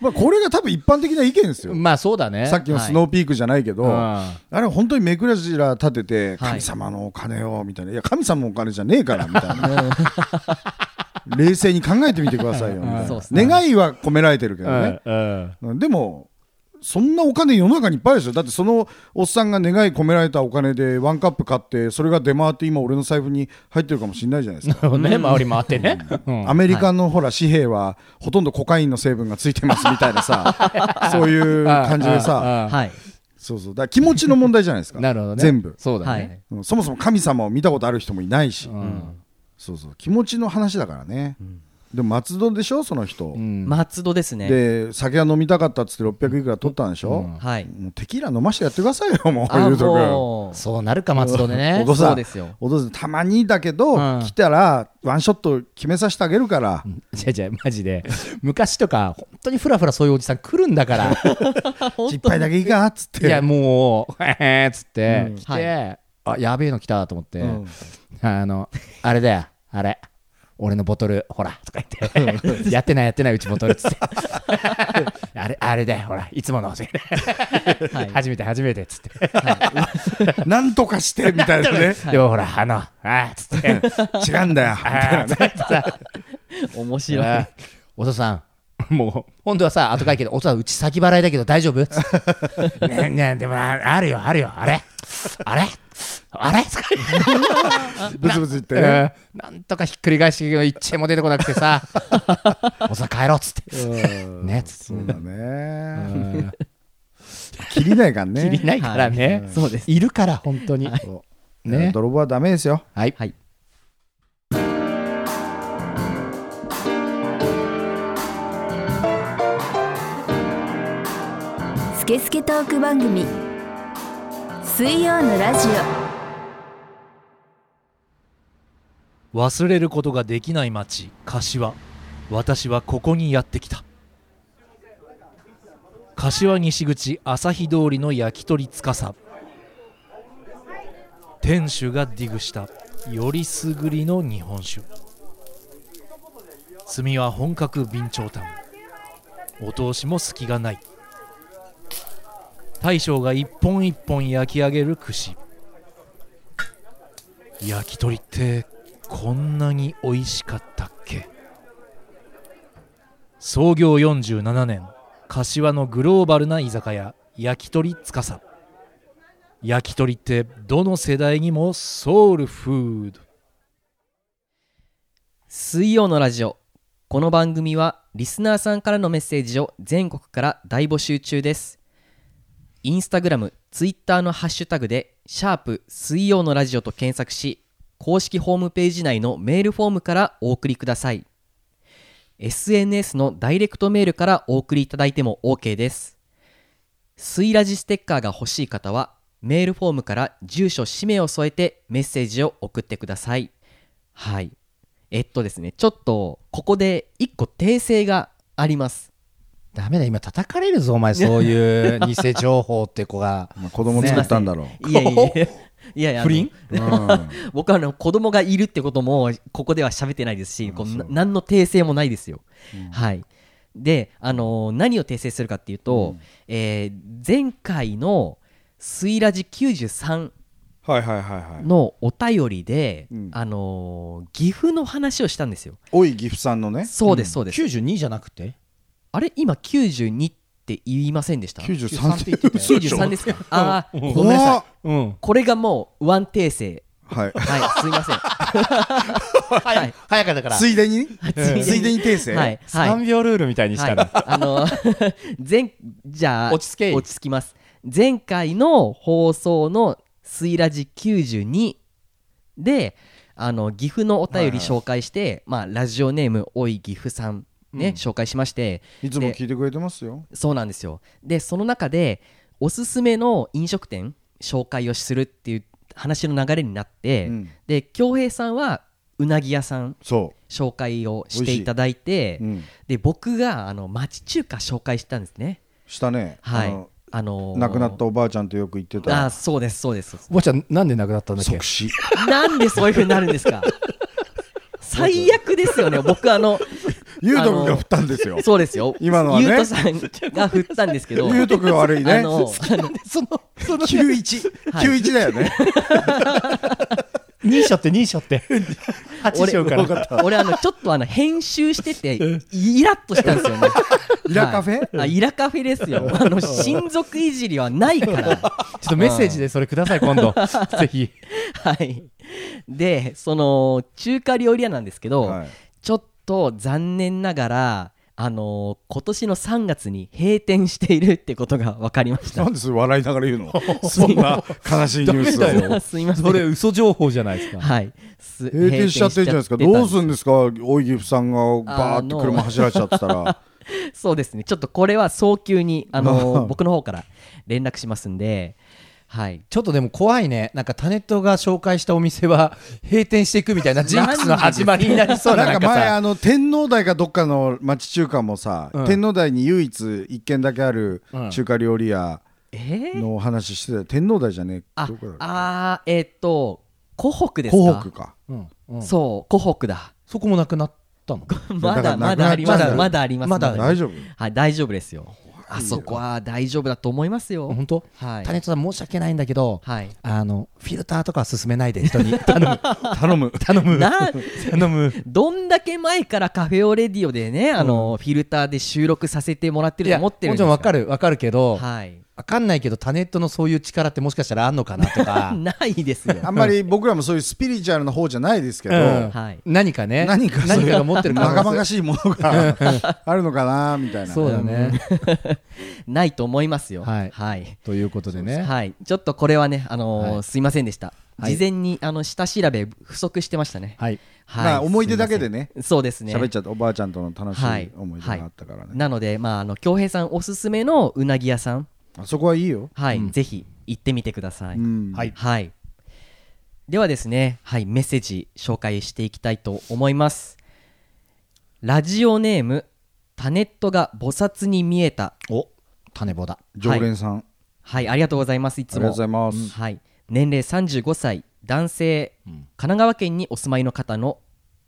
Speaker 4: まあこれが多分一般的な意見ですよ
Speaker 3: まあそうだね
Speaker 4: さっきのスノーピークじゃないけど、
Speaker 3: はい
Speaker 4: あれ本当に目くらじら立てて
Speaker 2: はい
Speaker 4: 神様のお金をみたいな、い、や神様のお金じゃねえからみたい な冷静に考えてみてくださいよみたいな
Speaker 2: そうっすね
Speaker 4: 願いは込められてるけどね、
Speaker 3: うん
Speaker 4: でもそんなお金世の中にいっぱいあるでしょだってそのおっさんが願い込められたお金でワンカップ買ってそれが出回って今俺の財布に入ってるかもしれないじゃないですか
Speaker 3: うんね回り回ってね、うん
Speaker 4: アメリカのほら紙幣はほとんどコカインの成分がついてますみたいなさそういう感じでさ
Speaker 3: あああ
Speaker 2: はい
Speaker 4: そうそうだから気持ちの問題じゃないです
Speaker 3: あ
Speaker 4: か
Speaker 3: なるほどね
Speaker 4: 全部
Speaker 3: そうだ
Speaker 2: は
Speaker 3: ね、
Speaker 2: い
Speaker 4: うんそもそも神様を見たことある人もいないし、
Speaker 3: うん
Speaker 4: そうそう気持ちの話だからね、でも松戸でしょその人、
Speaker 3: うん
Speaker 2: 松戸ですね
Speaker 4: で酒が飲みたかったっつって600いくら取ったんでしょ、
Speaker 2: はい
Speaker 4: もうテキーラ飲ましてやってくださいよもう
Speaker 2: あ
Speaker 4: ゆうと
Speaker 2: もう
Speaker 3: そうなるか松戸で
Speaker 4: くん
Speaker 3: ね
Speaker 4: お父さん
Speaker 2: そうですよ
Speaker 4: お父さんたまにだけど、
Speaker 3: うん
Speaker 4: 来たらワンショット決めさせてあげるから、
Speaker 3: じゃじゃマジで昔とか本当にフラフラそういうおじさん来るんだから
Speaker 4: 一杯だけいいかっつっ
Speaker 3: い
Speaker 4: て
Speaker 3: やもう、へへっつって、
Speaker 2: うん
Speaker 3: 来て、
Speaker 2: は
Speaker 3: あやべえの来たと思って、
Speaker 4: うん
Speaker 3: あの、あれだよ、あれ、俺のボトル、ほら、とか言って、やってない、やってない、うちボトルっつって、 あれ、あれだよ、ほら、いつもの、初めて、初めて、つって、
Speaker 4: なんとかしてみたいなね
Speaker 3: でもほら、あの、ああ、つって、
Speaker 4: 違うんだよみたいなね
Speaker 2: 面白い
Speaker 3: あ。お父さん、もう、本当はさ、後会計で、お父さん、うち先払いだけど大丈夫つってねねでもあ、あるよ、あるよ、あれあれあれとか言って
Speaker 4: ブツブツ言ってね
Speaker 3: えーなんとかひっくり返してけど一円も出てこなくて さおさ帰ろうっつって
Speaker 4: うん
Speaker 3: ね
Speaker 4: そうだね切りないからね
Speaker 3: いないからね、
Speaker 2: はいそうです。
Speaker 3: いるから本当に、
Speaker 4: そう
Speaker 3: ね
Speaker 4: 泥棒はダメですよ
Speaker 3: はい
Speaker 2: はい。
Speaker 1: スケスケトーク番組水曜のラジ
Speaker 5: 忘れることができない街柏私はここにやってきた柏西口朝日通りの焼き鳥司店主がディグしたよりすぐりの日本酒炭は本格備長炭お通しも隙がない大将が一本一本焼き上げる串焼き鳥ってこんなに美味しかったっけ創業47年柏のグローバルな居酒屋焼き鳥つかさ焼き鳥ってどの世代にもソウルフード
Speaker 2: 水曜のラジオこの番組はリスナーさんからのメッセージを全国から大募集中ですインスタグラムツイッターのハッシュタグで「シャープ水曜のラジオ」と検索し公式ホームページ内のメールフォームからお送りください SNS のダイレクトメールからお送りいただいても OK です水ラジステッカーが欲しい方はメールフォームから住所氏名を添えてメッセージを送ってくださいはいえっとですね、ちょっとここで一個訂正があります。
Speaker 3: ダメだ今叩かれるぞお前そういう偽情報って子が
Speaker 4: まあ子供作ったんだろう
Speaker 2: いやいやいや。いやいやあの
Speaker 3: 不倫
Speaker 4: うん
Speaker 2: 僕はあの子供がいるってこともここでは喋ってないですし、こうな何の訂正もないですよ。はい、で、あのー何を訂正するかっていうと、えー前回の「スイラジ93
Speaker 4: はいはいはいは」い
Speaker 2: のお便りで、
Speaker 4: うん
Speaker 2: あのー岐阜の話をしたんですよ。
Speaker 4: おい岐阜さんのね
Speaker 2: そうですそうです。
Speaker 3: 92じゃなくて
Speaker 2: あれ今92って言いませんでした
Speaker 4: 93って言ってたよ
Speaker 2: 93ですかああ
Speaker 4: ごめんなさ
Speaker 3: うん
Speaker 2: これがもう、ワン訂正。
Speaker 4: いは
Speaker 2: は
Speaker 4: い
Speaker 2: い、すい ません。はい、
Speaker 3: 早かったから
Speaker 4: ついでについでに訂正
Speaker 2: はい、はい。
Speaker 3: 3秒ルールみたいにし
Speaker 2: は
Speaker 3: た
Speaker 2: い
Speaker 3: ら、、
Speaker 2: あの、 前、じゃあ、
Speaker 3: 落ち着け
Speaker 2: 落ち着きます。前回の放送のスイラジ92で、あの、岐阜のお便り紹介して、まあ、ラジオネーム、おい岐阜さん、ね、紹介しまして、
Speaker 4: いつも聞いてくれてますよ
Speaker 2: そうなんですよでその中でおすすめの飲食店紹介をするっていう話の流れになって、
Speaker 4: うん
Speaker 2: で恭平さんはうなぎ屋さん
Speaker 4: そ
Speaker 2: 紹介をしていただいて
Speaker 4: ううん
Speaker 2: で僕があの町中華紹介したんですね
Speaker 4: したね
Speaker 2: はい
Speaker 4: あ
Speaker 2: あの
Speaker 4: の
Speaker 2: ー
Speaker 4: 亡くなったおばあちゃんとよく言って
Speaker 2: あ
Speaker 4: た
Speaker 2: ーそうですそうです
Speaker 3: 坊ちゃんなんで亡くなったんだっけ
Speaker 4: 即死
Speaker 2: なんでそういうふうになるんですか最悪ですよね僕あの
Speaker 4: ゆうとくんが振ったんですよ
Speaker 2: そうですよ
Speaker 4: 今のはね
Speaker 2: ゆうとさんが振ったんですけど
Speaker 4: ゆうとくんが悪いね
Speaker 2: あの
Speaker 3: そのその
Speaker 4: 九一
Speaker 2: はい
Speaker 4: 九一だよね
Speaker 3: 2章って2章 って8章か ら
Speaker 2: 俺あのちょっとあの編集して てイラッとしたんですよね
Speaker 4: イラカフェ
Speaker 2: はいあイラカフェですよあの親族いじりはないから
Speaker 3: ちょっとメッセージでそれください、今度。ぜひ。
Speaker 2: はいでその中華料理屋なんですけど、
Speaker 4: はい
Speaker 2: ちょっと残念ながらあのー今年の3月に閉店しているってことが分かりまし
Speaker 4: な
Speaker 2: た
Speaker 4: んでそれ笑いながら言う のそんな悲しいニュース
Speaker 3: ダメだ
Speaker 4: を
Speaker 3: よ
Speaker 2: すいません
Speaker 3: それ、嘘情報じゃないですか。
Speaker 2: はいす
Speaker 4: 閉店しちゃってるじゃないですか
Speaker 2: 閉店
Speaker 4: どう
Speaker 2: しち
Speaker 4: す
Speaker 2: ゃってた
Speaker 4: るんですか大井岐阜さんがバーって車走られちゃってたら
Speaker 2: そうですねちょっとこれは早急にあ のー僕の方から連絡しますんではい
Speaker 3: ちょっとでも怖いね。なんかタネットが紹介したお店は閉店していくみたいなジンクスの始まりになりそうな。
Speaker 4: な
Speaker 3: なんん
Speaker 4: か
Speaker 3: か
Speaker 4: 前あ
Speaker 3: さ、
Speaker 4: の天皇台かどっかの町中華もさ
Speaker 3: うん
Speaker 4: 天皇台に唯一一軒だけある
Speaker 3: うん
Speaker 4: 中華料理屋
Speaker 2: えー
Speaker 4: のお話してたよ天皇台じゃねえ
Speaker 2: あ
Speaker 4: どこだっけ
Speaker 2: あーえっ、と湖北ですか
Speaker 4: 湖北か
Speaker 3: うんうん
Speaker 2: そう湖北だ
Speaker 3: そこもなくなったの
Speaker 2: まだ
Speaker 4: だから
Speaker 2: まだありま
Speaker 4: なくなっちゃ
Speaker 2: す
Speaker 4: う
Speaker 2: まだあります
Speaker 3: まだ
Speaker 2: あります
Speaker 4: 大丈夫
Speaker 2: はい大丈夫ですよあそこは大丈夫だと思いますよ
Speaker 3: 本当
Speaker 2: はい
Speaker 3: 種人さん申し訳ないんだけど、
Speaker 2: はい
Speaker 3: あのフィルターとかは勧めないで人に頼 む
Speaker 6: 頼む
Speaker 3: 頼む
Speaker 2: な
Speaker 3: 頼む
Speaker 2: どんだけ前からカフェオレディオでねあのフィルターで収録させてもらってると思ってる
Speaker 3: も
Speaker 2: んで
Speaker 3: ち
Speaker 2: す
Speaker 3: ろん
Speaker 2: わ
Speaker 3: わか
Speaker 2: る
Speaker 3: るわかるけど、
Speaker 2: はい
Speaker 3: わかんないけどタネットのそういう力ってもしかしたらあんのかなとか、
Speaker 2: ないですよ
Speaker 4: あんまり僕らもそういうスピリチュアルな方じゃないですけ ど、
Speaker 3: うん
Speaker 2: はい
Speaker 3: 何かね
Speaker 4: 何か
Speaker 3: 何かが持ってる可能
Speaker 4: ま
Speaker 3: 性
Speaker 4: がまがしいもの があるのかなみたいな
Speaker 3: そうだね、
Speaker 2: ないと思いますよ
Speaker 3: はい
Speaker 2: はい
Speaker 3: ということでね、
Speaker 2: はいちょっとこれはねあの
Speaker 3: は
Speaker 2: ー
Speaker 3: い
Speaker 2: すいませんでした
Speaker 3: はい
Speaker 2: 事前にあの下調べ不足してましたね
Speaker 3: はい
Speaker 2: はい
Speaker 4: まあ思い出だけでね
Speaker 2: すいませんそうですね
Speaker 4: 喋っちゃったおばあちゃんとの楽しい思い出があったからね、
Speaker 2: なのでまああの恭平さんおすすめのうなぎ屋さん
Speaker 4: あそこはいいよ、
Speaker 2: はい、
Speaker 3: うん
Speaker 2: ぜひ行ってみてください、
Speaker 4: うん
Speaker 3: はい
Speaker 2: はい、ではですね、はい、メッセージ紹介していきたいと思いますラジオネームタネットが菩薩に見えた
Speaker 3: お種棒だ
Speaker 4: 常連さん、
Speaker 2: はいありがとうございますい
Speaker 4: あ
Speaker 2: つ
Speaker 4: りが
Speaker 2: も
Speaker 4: とうございます、
Speaker 2: はい、年齢35歳男性、
Speaker 3: うん
Speaker 2: 神奈川県にお住まいの方の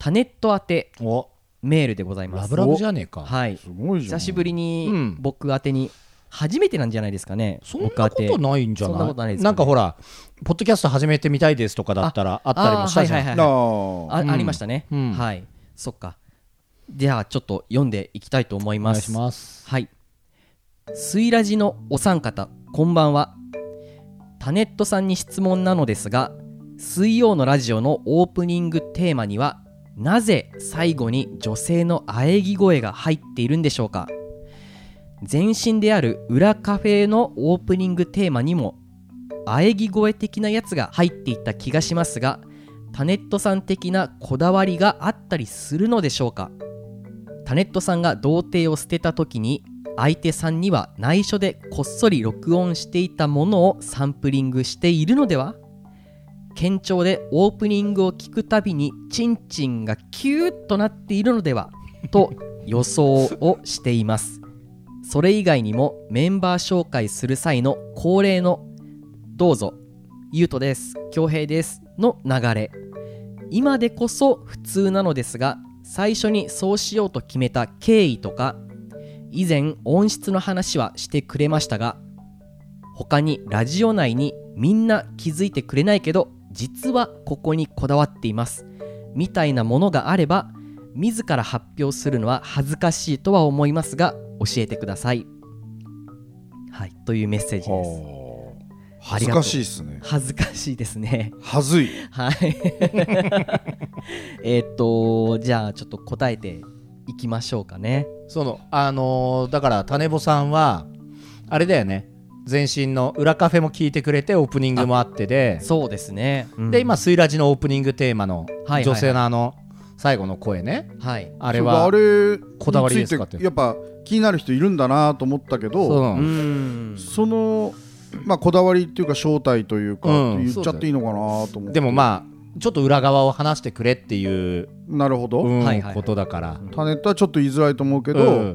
Speaker 2: タネット宛て
Speaker 3: お
Speaker 2: メールでございま
Speaker 3: ラ
Speaker 2: す
Speaker 3: ブラブじゃねえか、
Speaker 2: はい
Speaker 4: すごいじゃん
Speaker 2: 久しぶり
Speaker 3: う
Speaker 2: に
Speaker 3: ん
Speaker 2: 僕宛てに初めてなんじゃないですかね
Speaker 3: そんな
Speaker 2: 僕宛
Speaker 3: こ
Speaker 2: て
Speaker 3: とないんじゃな
Speaker 2: そ
Speaker 3: い
Speaker 2: んなことないですかね
Speaker 3: んかほらポッドキャスト始めてみたいですとかだったらあったりもしたじゃん、
Speaker 2: あーはいはいはい
Speaker 4: あ
Speaker 2: あ,、
Speaker 3: うん
Speaker 2: ありましたね、
Speaker 3: うん
Speaker 2: はいそっかではちょっと読んでいきたいと思い
Speaker 3: お
Speaker 2: ま
Speaker 3: 願い
Speaker 2: す
Speaker 3: します
Speaker 2: はいスイラジのお三方こんばんはタネットさんに質問なのですが水曜のラジオのオープニングテーマにはなぜ最後に女性の喘ぎ声が入っているんでしょうか前身である裏カフェのオープニングテーマにも喘ぎ声的なやつが入っていった気がしますがタネットさん的なこだわりがあったりするのでしょうかタネットさんが童貞を捨てた時に相手さんには内緒でこっそり録音していたものをサンプリングしているのでは県庁でオープニングを聞くたびにチンチンがキューッとなっているのではと予想をしていますそれ以外にもメンバー紹介する際の恒例の「どうぞゆうとです恭平です」の流れ今でこそ普通なのですが最初にそうしようと決めた経緯とか以前音質の話はしてくれましたが他にラジオ内にみんな気づいてくれないけど実はここにこだわっていますみたいなものがあれば自ら発表するのは恥ずかしいとは思いますが教えてくださいはいというメッセージです
Speaker 4: はあ
Speaker 2: あり
Speaker 4: 恥ず
Speaker 2: がとう
Speaker 4: かしいっすね
Speaker 2: 恥ずかしいですね
Speaker 4: 恥ずい
Speaker 2: はい。えーっと、じゃあちょっと答えていきましょうかね。
Speaker 3: そのあのーだから種棒さんはあれだよね前身の裏カフェも聞いてくれてオープニングもあってで
Speaker 2: そうですね。うん
Speaker 3: で、今「スイラジ」のオープニングテーマの
Speaker 2: はいはい
Speaker 3: 女性のあの最後の声ね
Speaker 2: はい。
Speaker 3: あれ
Speaker 4: そう
Speaker 3: は
Speaker 4: あれ
Speaker 3: こだわりですか
Speaker 4: に
Speaker 3: っ
Speaker 4: つ
Speaker 3: て
Speaker 4: いてやっぱ気になる人いるんだなと思ったけ
Speaker 3: そう
Speaker 4: ど
Speaker 3: な
Speaker 2: う
Speaker 3: の
Speaker 2: ん。
Speaker 4: そのまあこだわりっていうか正体というか、
Speaker 3: うん
Speaker 4: 言っちゃっていいのかなと思って
Speaker 3: でもまあちょっと裏側を話してくれっていう、
Speaker 4: なるほど、
Speaker 3: うん
Speaker 2: はいはい
Speaker 3: ことだから
Speaker 4: タネットはちょっと言いづらいと思うけ
Speaker 3: け
Speaker 4: ど、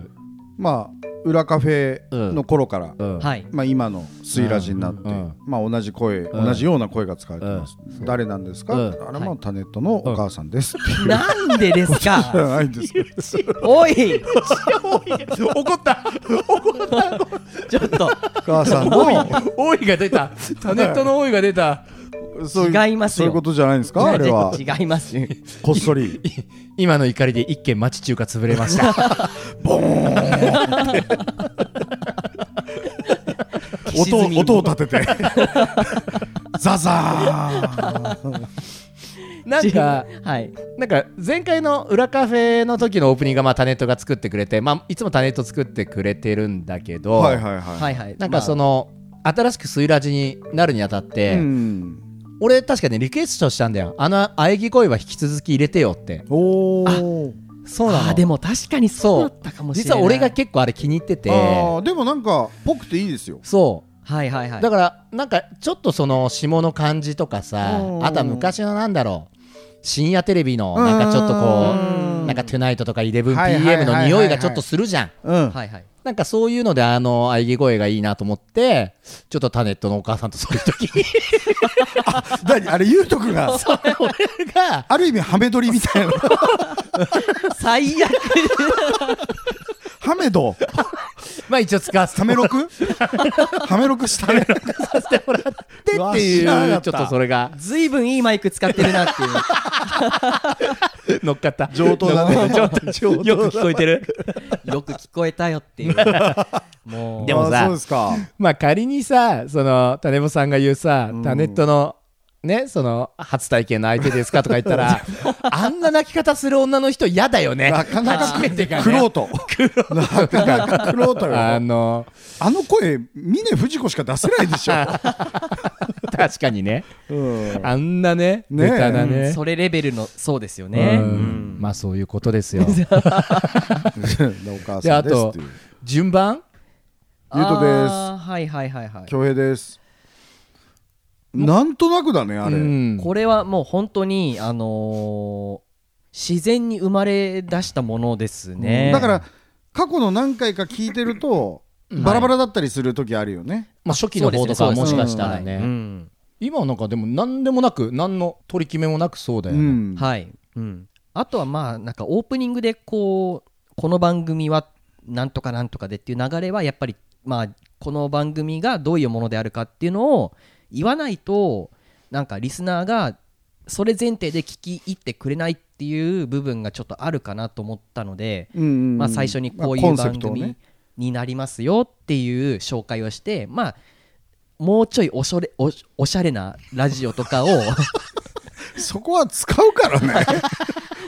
Speaker 4: まあ裏カフェの頃から、
Speaker 2: はい。
Speaker 4: まあ、今のスイラジになって、
Speaker 3: うんうん
Speaker 4: まあ、同じ声、
Speaker 3: うん
Speaker 4: 同じような声が使われてます、誰なんですか、
Speaker 3: うん
Speaker 4: あれもタネットのお母さんです、
Speaker 2: なんでです
Speaker 4: じゃ
Speaker 2: か。
Speaker 4: ないんですけど
Speaker 2: おい、
Speaker 3: 怒った
Speaker 2: ちょっと
Speaker 4: お母さんの
Speaker 3: 多いが 出たタネットの多いが出た
Speaker 4: そういう
Speaker 2: 違います
Speaker 4: そういう
Speaker 2: よ
Speaker 4: こ。とじゃないんですかあれは
Speaker 2: 違います。
Speaker 4: こっそり
Speaker 3: 今の怒りで一軒町中華潰れました
Speaker 4: 音
Speaker 2: 沈み
Speaker 4: を音を立ててザザ
Speaker 3: なんか
Speaker 2: はい。
Speaker 3: なんか前回の裏カフェの時のオープニングがまあタネットが作ってくれて、まあ、いつもタネット作ってくれてるんだけ
Speaker 4: ー
Speaker 3: ど、
Speaker 4: はいはいはい、
Speaker 2: はいはい。
Speaker 3: なんかその、新しくスイラジになるにあたって、
Speaker 4: うん
Speaker 3: 俺確かねリクエストしたんだよあの喘ぎ声は引き続き入れてよって
Speaker 4: おー
Speaker 3: そうな
Speaker 2: あ
Speaker 3: の
Speaker 2: ーでも確かにそうだったかもしれ
Speaker 3: 実
Speaker 2: ない。
Speaker 3: は俺が。結構あれ気に入ってて
Speaker 4: あーでもなんかぽくていいですよ
Speaker 3: そ
Speaker 2: はいはいは
Speaker 3: う
Speaker 2: い。
Speaker 3: だからなんかちょっとその下の感じとかさ
Speaker 4: うん
Speaker 3: あとは昔のなんだろう深夜テレビのなんかちょっとこ
Speaker 4: う
Speaker 3: うんなんか「トゥナイトとか「
Speaker 7: はいはいはいはい
Speaker 3: 11PM」
Speaker 7: は
Speaker 3: の
Speaker 7: い
Speaker 3: 匂いがちょっとするじゃん
Speaker 4: うん
Speaker 2: はいはい
Speaker 3: なんかそういうのであの喘ぎ声がいいなと思ってちょっとタネットのお母さんとそういう時に
Speaker 4: 何あれゆうとくんが
Speaker 3: 俺 が
Speaker 4: ある意味ハメ撮りみたいな
Speaker 2: 最 悪
Speaker 4: ハメド
Speaker 3: まあ一応使わせて
Speaker 4: ハメロク ハメロクし たね
Speaker 3: ってっていう
Speaker 4: うわ知らなか
Speaker 3: ちょ
Speaker 4: っ
Speaker 3: ったとそれが
Speaker 2: ずいぶんいいマイク使ってるなっていう
Speaker 3: 乗っかった
Speaker 4: 上等だね
Speaker 3: ちょっと上等
Speaker 2: 聞こえてる よく聞こえたよって いうもう
Speaker 3: でもさ
Speaker 4: あそうですか
Speaker 3: まあ仮にさそのタネボさんが言うさ、タネットのねその初体験の相手ですかとか言った らあんな泣き方する女の人嫌だよね
Speaker 4: なかなか
Speaker 3: 初めてが
Speaker 4: クロ
Speaker 3: ね
Speaker 4: ートなかなかクロートよ
Speaker 3: あ
Speaker 4: あ
Speaker 3: の
Speaker 4: の声峰不二子しか出せないでしょ
Speaker 3: 確かにね
Speaker 4: うん
Speaker 3: あんなね
Speaker 4: ねえ
Speaker 3: ベタなね
Speaker 2: それレベルのそうですよね
Speaker 3: う
Speaker 2: うん
Speaker 3: んまあそういうことです よ
Speaker 4: でお母
Speaker 3: で
Speaker 4: さ
Speaker 3: あ
Speaker 4: んですっ
Speaker 3: と
Speaker 4: ていう
Speaker 3: 順番
Speaker 4: ゆうとです
Speaker 2: あーはいはいはいはい
Speaker 4: 恭平ですなんとなくだねあ
Speaker 3: う
Speaker 4: れ
Speaker 3: ん
Speaker 2: これはもう本当にあのー自然に生まれ出したものですね
Speaker 4: だから過去の何回か聞いてるとバラバラだったりする時あるよね
Speaker 3: まあ初期の方とかは
Speaker 2: そ
Speaker 3: も
Speaker 2: うです
Speaker 3: し
Speaker 2: ね
Speaker 3: かしたら
Speaker 2: う
Speaker 3: ね
Speaker 2: ん
Speaker 3: 今はなんかでも何でもなく何の取り決めもなくそうだ
Speaker 4: う
Speaker 3: よね
Speaker 4: ん
Speaker 2: はい、うん、あとはまあなんかオープニングでこうこの番組はなんとかなんとかでっていう流れはやっぱりまあこの番組がどういうものであるかっていうのを言わないとなんかリスナーがそれ前提で聞き入ってくれないっていう部分がちょっとあるかなと思ったので、
Speaker 4: うんうんうん
Speaker 2: まあ、最初にこうい
Speaker 4: まあコ
Speaker 2: う
Speaker 4: ンセ
Speaker 2: 番
Speaker 4: プトをね
Speaker 2: 組になりますよっていう紹介をして、まあ、もうちょいおしょれおしおしゃれなラジオとかを
Speaker 4: そこは使うから ね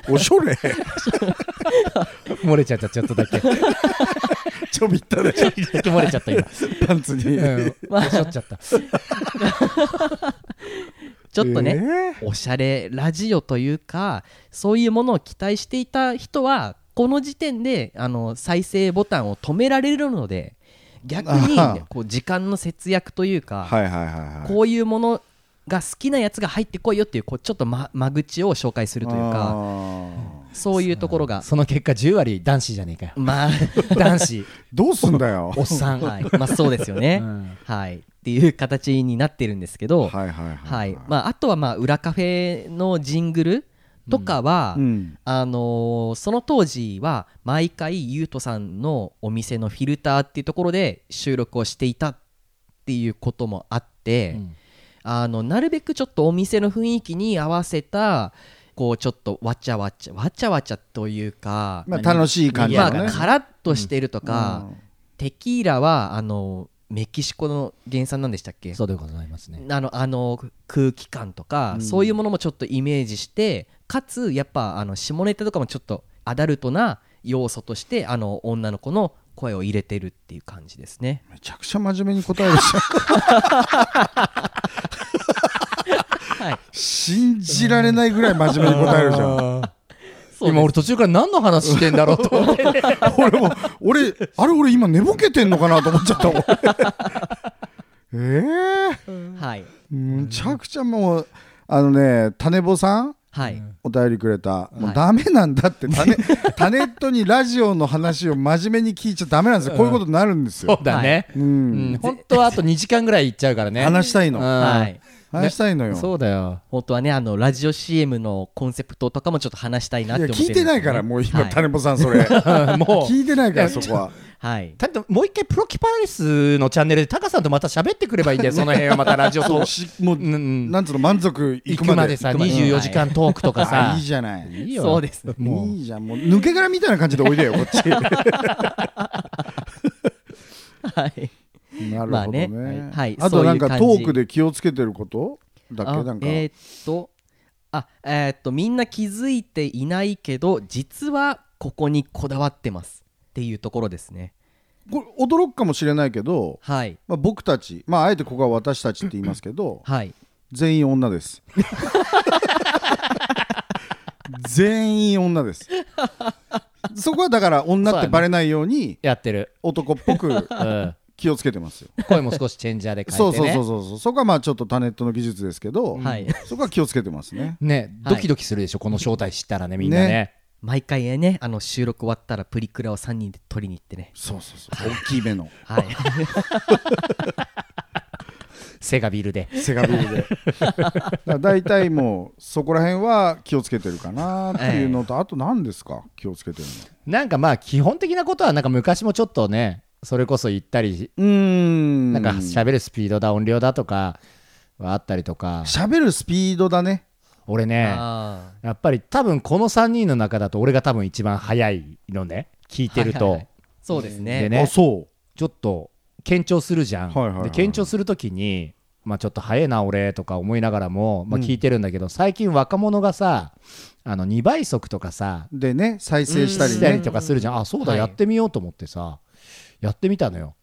Speaker 4: おしょれ
Speaker 3: 漏れちゃったちょっとだけ
Speaker 4: ちょびったで
Speaker 3: 漏れちゃった今
Speaker 4: パンツに
Speaker 3: うんおしょっちゃった
Speaker 2: ちょっとね、
Speaker 4: ね
Speaker 2: おしゃれラジオというかそういうものを期待していた人はこの時点であの再生ボタンを止められるので逆に
Speaker 4: あは
Speaker 2: こう時間の節約というか、
Speaker 4: はいはいはいはい
Speaker 2: こういうものが好きなやつが入ってこいよっていうこうちょっとま間口を紹介するという
Speaker 4: あ
Speaker 2: か
Speaker 4: ー
Speaker 2: そういうところが
Speaker 3: その結果10割男子じゃねえかよ
Speaker 2: まあ
Speaker 3: 男 子
Speaker 4: どうすんだよ
Speaker 3: おっさ ん、
Speaker 2: はいまあそうですよね、
Speaker 3: うん
Speaker 2: はいっていう形になってるんですけど、
Speaker 4: はいはいはい
Speaker 2: はいまあ、あとはまあ裏カフェのジングルとかは、
Speaker 4: うん
Speaker 2: あのーその当時は毎回ゆうとさんのお店のフィルターっていうところで収録をしていたっていうこともあって、
Speaker 3: うん
Speaker 2: あのなるべくちょっとお店の雰囲気に合わせたこうちょっとわちゃわちゃわちゃわちゃというか、
Speaker 4: まあ楽しい感じ
Speaker 2: ま
Speaker 4: だ
Speaker 2: あ、
Speaker 4: ね
Speaker 2: カラッとしてるとか、テキーラはあのメキシコの原産なんでしたっけ
Speaker 3: そうでございますね
Speaker 2: あのあの空気感とか、そういうものもちょっとイメージしてかつやっぱあの下ネタとかもちょっとアダルトな要素としてあの女の子の声を入れてるっていう感じですね。
Speaker 4: めちゃくちゃ真面目に 答えるし
Speaker 2: はい、
Speaker 4: 信じられないぐらい真面目に答えるじゃん
Speaker 3: 今俺途中から何の話してんだろうと思って
Speaker 4: 俺も俺あれ俺今寝ぼけてんのかなと思っちゃった 俺ええ
Speaker 2: はい、
Speaker 4: むちゃくちゃもうあのね種坊さん
Speaker 2: はい、
Speaker 4: お便りくれた、も
Speaker 2: は
Speaker 4: う
Speaker 2: い
Speaker 4: ダメなん だってタネタネットにラジオの話を真面目に聞いちゃダメなんですよ、こういうことになるんです
Speaker 3: そ
Speaker 4: よ
Speaker 3: う、だね、
Speaker 4: う
Speaker 3: うんん本当はあと2時間ぐらいいっちゃうからね
Speaker 4: 話したい
Speaker 3: うん
Speaker 4: の
Speaker 2: はい、
Speaker 4: 話したいのよ、
Speaker 3: そうだよ
Speaker 2: 本当はねあのラジオ CM のコンセプトとかもちょっと話したいなっ
Speaker 4: い
Speaker 2: て
Speaker 4: や
Speaker 2: 思ってるん
Speaker 4: 聞
Speaker 2: で
Speaker 4: い
Speaker 2: すよ
Speaker 4: て
Speaker 2: ね
Speaker 4: ないからもう今、
Speaker 2: はい
Speaker 4: タネボさんそ れ
Speaker 3: もう
Speaker 4: 聞いてないからそこは
Speaker 2: はい、
Speaker 3: だってもう一回プロキパレスのチャンネルでタカさんとまた喋ってくればいい んだよその辺はまたラジオと
Speaker 4: しもう、
Speaker 3: うんうん
Speaker 4: なんつうの満足い
Speaker 3: 行
Speaker 4: く
Speaker 3: く
Speaker 4: ま
Speaker 3: ま
Speaker 4: で
Speaker 3: でさ
Speaker 2: 行くまで
Speaker 3: 24時間トークとか
Speaker 4: あ
Speaker 3: さ
Speaker 4: いいじゃない
Speaker 3: いいよ
Speaker 2: そうですね
Speaker 3: もう
Speaker 4: いいじゃんもう抜け殻みたいな感じでおいでよこっ ちな
Speaker 2: はい
Speaker 4: るほどね,、
Speaker 2: まあねはい
Speaker 4: あとなん
Speaker 2: そういう感じ
Speaker 4: かトークで気をつけてることだっ
Speaker 2: あ
Speaker 4: けなんか、
Speaker 2: えーっとあえーっとみんな気づいていないけど実はここにこだわってますっていうところですね
Speaker 4: これ驚くかもしれないけど、
Speaker 2: はい
Speaker 4: まあ、僕たち、まあ、あえてここは私たちって言いますけど
Speaker 2: はい
Speaker 4: 全員女です全員女ですそこはだから女ってバレないように
Speaker 3: やってる、
Speaker 4: 男っぽく
Speaker 3: うん、
Speaker 4: 気をつけてますよ
Speaker 3: 声も少しチェンジャーで変
Speaker 4: そ
Speaker 3: え
Speaker 4: う
Speaker 3: て
Speaker 4: そう
Speaker 3: ね
Speaker 4: そうそうそうそこはまあちょっとタネットの技術ですけど、
Speaker 2: はい
Speaker 4: そこは気をつけてますね
Speaker 3: ね
Speaker 2: はい
Speaker 3: ドキドキするでしょこの正体知ったらねみんなね
Speaker 2: 毎回ねあの収録終わったらプリクラを3人で撮りに行ってね
Speaker 4: そうそうそう大きい目の
Speaker 2: はい
Speaker 3: セガビールで
Speaker 4: セガビールでだから大体もうそこら辺は気をつけてるかなっていうのと、あと何ですか気をつけてるの
Speaker 3: なんかまあ基本的なことはなんか昔もちょっとねそれこそ行ったり
Speaker 4: うーん
Speaker 3: なんか喋るスピードだ音量だとかはあったりとか
Speaker 4: 喋るスピードだね
Speaker 3: 俺ね
Speaker 2: あ
Speaker 3: やっぱり多分この3人の中だと俺が多分一番早いのね聞いてると、
Speaker 2: はいはいはいーそうですね
Speaker 3: でね
Speaker 4: そ
Speaker 3: ちょっと緊張するじゃん、
Speaker 4: はいはいは
Speaker 3: で
Speaker 4: い
Speaker 3: 緊張する時に、まあ、ちょっと早いな俺とか思いながらも、まあ、聞いてるんだけど、最近若者がさあの2倍速とかさ
Speaker 4: うでね再生したり
Speaker 3: したり
Speaker 4: ね
Speaker 3: とかするじゃん、あそうだ、
Speaker 2: はい
Speaker 3: やってみようと思ってさやってみたのよ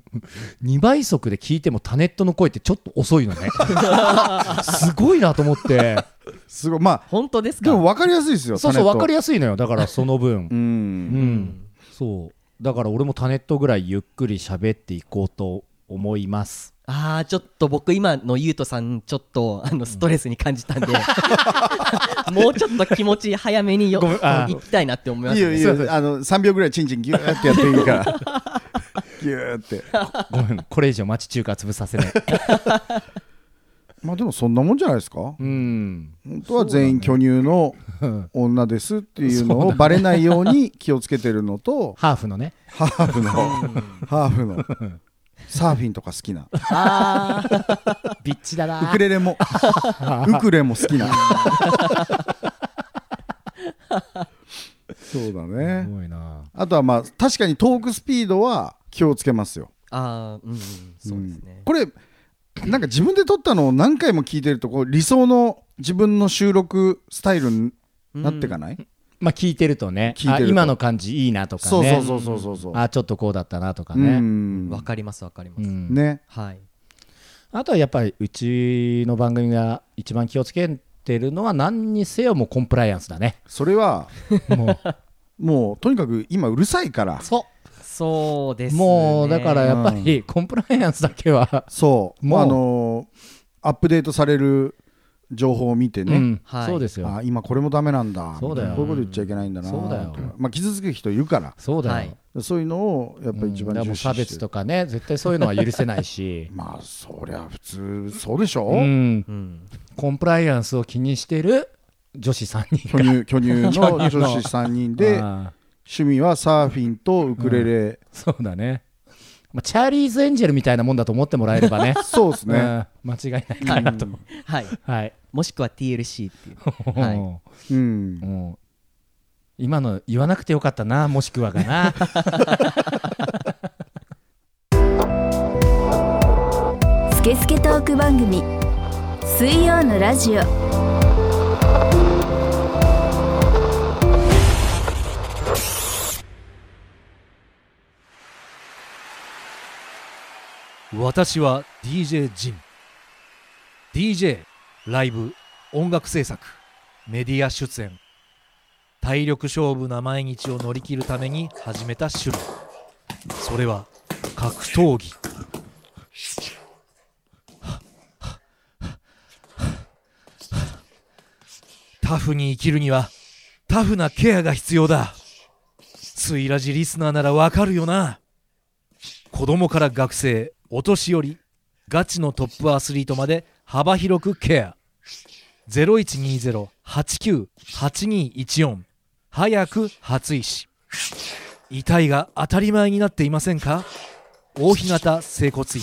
Speaker 3: 2倍速で聞いてもタネットの声ってちょっと遅いの ねすごいなと思って
Speaker 4: すごいまあ
Speaker 2: 本当ですか
Speaker 4: でも分かりやすいですよ
Speaker 3: そうそう分かり
Speaker 4: や
Speaker 3: やすいのよだからその分
Speaker 4: すいうん
Speaker 3: うん、そうだから俺もタネットぐらいゆっくり喋っていこうと思います
Speaker 2: ああちょっと僕今のゆうとさんちょっとあのストレスに感じたんで、 もうちょっと気持ち早めによ
Speaker 3: ごめんあー
Speaker 2: 行きたいなって思いま
Speaker 4: い
Speaker 2: す
Speaker 4: いよいい
Speaker 2: ね
Speaker 4: よあの3秒ぐらいチンチンギューってやっていいから ギューって
Speaker 3: ごめ んこれ以上町中華潰させない
Speaker 4: まあでもそんなもんじゃないですか
Speaker 3: うん
Speaker 4: 本当は全員巨乳の女ですっていうのをバレないように気をつけてるのと
Speaker 3: ハーフのね
Speaker 4: ハーフのハーフのサーフィンとか好きな
Speaker 2: あー
Speaker 3: ビッチだな
Speaker 4: ウクレレもウクレも好きなそうだ
Speaker 3: す
Speaker 4: ね
Speaker 3: ごいな
Speaker 4: あとはまあ確かにトークスピードは気をつけますよ
Speaker 2: あーうんうんそうですね、
Speaker 4: これなんか自分で撮ったのを何回も聞いてるとこう理想の自分の収録スタイルになってかない、
Speaker 3: まあ聞いてるとね
Speaker 4: 聞いてる
Speaker 3: あ
Speaker 4: と
Speaker 3: 今の感じいいなとかね
Speaker 4: そうそうそうそうそうそう
Speaker 3: あちょっとこうだったなとか
Speaker 4: う
Speaker 3: ね、
Speaker 4: ん
Speaker 2: わかりますわかります、
Speaker 3: うん
Speaker 4: ね
Speaker 2: はい
Speaker 3: あとはやっぱりうちの番組が一番気をつけてるのは何にせよもうコンプライアンスだね
Speaker 4: それは
Speaker 3: もう
Speaker 4: もうとにかく今うるさいから
Speaker 3: そ
Speaker 2: そうです
Speaker 3: う
Speaker 2: ね
Speaker 3: もうだからやっぱりコンプライアンスだけは
Speaker 4: そう
Speaker 3: も
Speaker 4: も
Speaker 3: う
Speaker 4: うあのーアップデートされる情報を見てね、
Speaker 3: うん
Speaker 2: はい
Speaker 3: そうですよ
Speaker 4: あ今これもダメなんだ
Speaker 3: そうだよ
Speaker 4: こういうこと言っちゃいけないんだな
Speaker 3: そうだよ
Speaker 4: とかまあ、傷つく人いるか
Speaker 3: そうだよ、
Speaker 2: はい
Speaker 4: らそういうのをやっぱり一番
Speaker 3: うんだからも
Speaker 4: 重
Speaker 3: う
Speaker 4: 視して
Speaker 3: 差
Speaker 4: る、
Speaker 3: 別とかね絶対そういうのは許せない し
Speaker 4: まあそりゃ普通そうでしょ、
Speaker 3: うん
Speaker 2: うん
Speaker 3: コンプライアンスを気にしてる女子3人
Speaker 4: 巨乳巨乳 の女子3人で
Speaker 3: ああ
Speaker 4: 趣味はサーフィンとウクレレ、
Speaker 3: そうだね、まあ、チャーリーズ・エンジェルみたいなもんだと思ってもらえればね
Speaker 4: そうですね、
Speaker 3: うん間違いないかなと、
Speaker 2: はい
Speaker 3: はい、
Speaker 2: もしくは TLC って いう、はい、
Speaker 4: うん、
Speaker 3: もう今の言わなくてよかったなもしくはかな
Speaker 1: スケスケトーク番組水曜のラジオ
Speaker 5: 私は DJ ジン DJ ライブ音楽制作メディア出演体力勝負な毎日を乗り切るために始めた種類それは格闘技タフに生きるにはタフなケアが必要だついラジリスナーならわかるよな子供から学生お年寄りガチのトップアスリートまで幅広くケア0120-89-8214早く初石遺体が当たり前になっていませんか大日向整骨院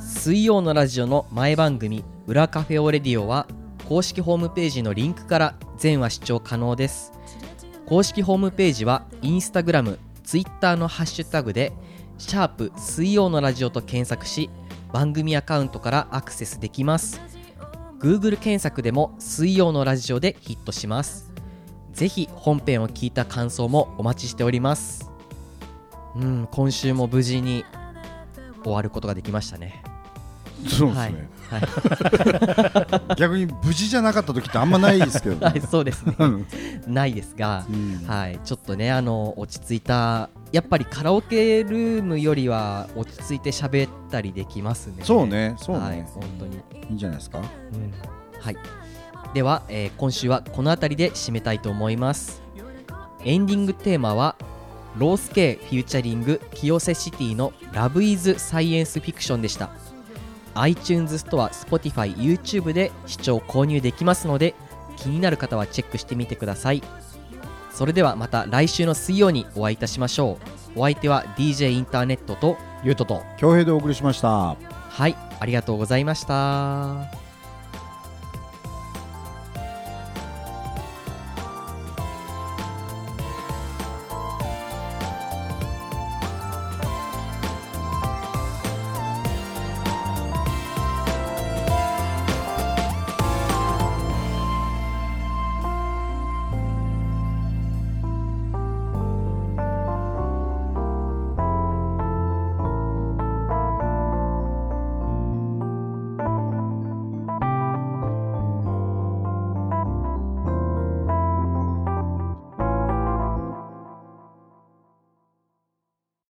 Speaker 2: 水曜のラジオの前番組「裏カフェオレディオ」は公式ホームページのリンクから全話視聴可能です公式ホームページはインスタグラムツイッターのハッシュタグで「シャープ水曜のラジオ」と検索し番組アカウントからアクセスできます Google 検索でも「水曜のラジオ」でヒットしますぜひ本編を聞いた感想もお待ちしておりますうん今週も無事に終わることができましたね
Speaker 4: そうです
Speaker 2: はい
Speaker 4: ね、
Speaker 2: はい
Speaker 4: 逆に無事じゃなかった時ってあんまないですけど、
Speaker 2: は
Speaker 4: ね
Speaker 2: い、 そうですねないですが
Speaker 4: う、ん
Speaker 2: はい、ちょっとねあの落ち着いたやっぱりカラオケルームよりは落ち着いて喋ったりできますね
Speaker 4: そうねそうね、
Speaker 2: はい
Speaker 4: い、
Speaker 2: 本当に、
Speaker 4: いんじゃないですか
Speaker 2: はいでは、えー今週はこの辺りで締めたいと思いますエンディングテーマはロースケフューチャリング清瀬シティの「ラブイズサイエンスフィクションでした iTunes ストア Spotify、YouTube で視聴購入できますので気になる方はチェックしてみてくださいそれではまた来週の水曜にお会いいたしましょうお相手は DJ インターネットと
Speaker 3: ゆうとと
Speaker 4: 恭平でお送りしました
Speaker 2: はいありがとうございました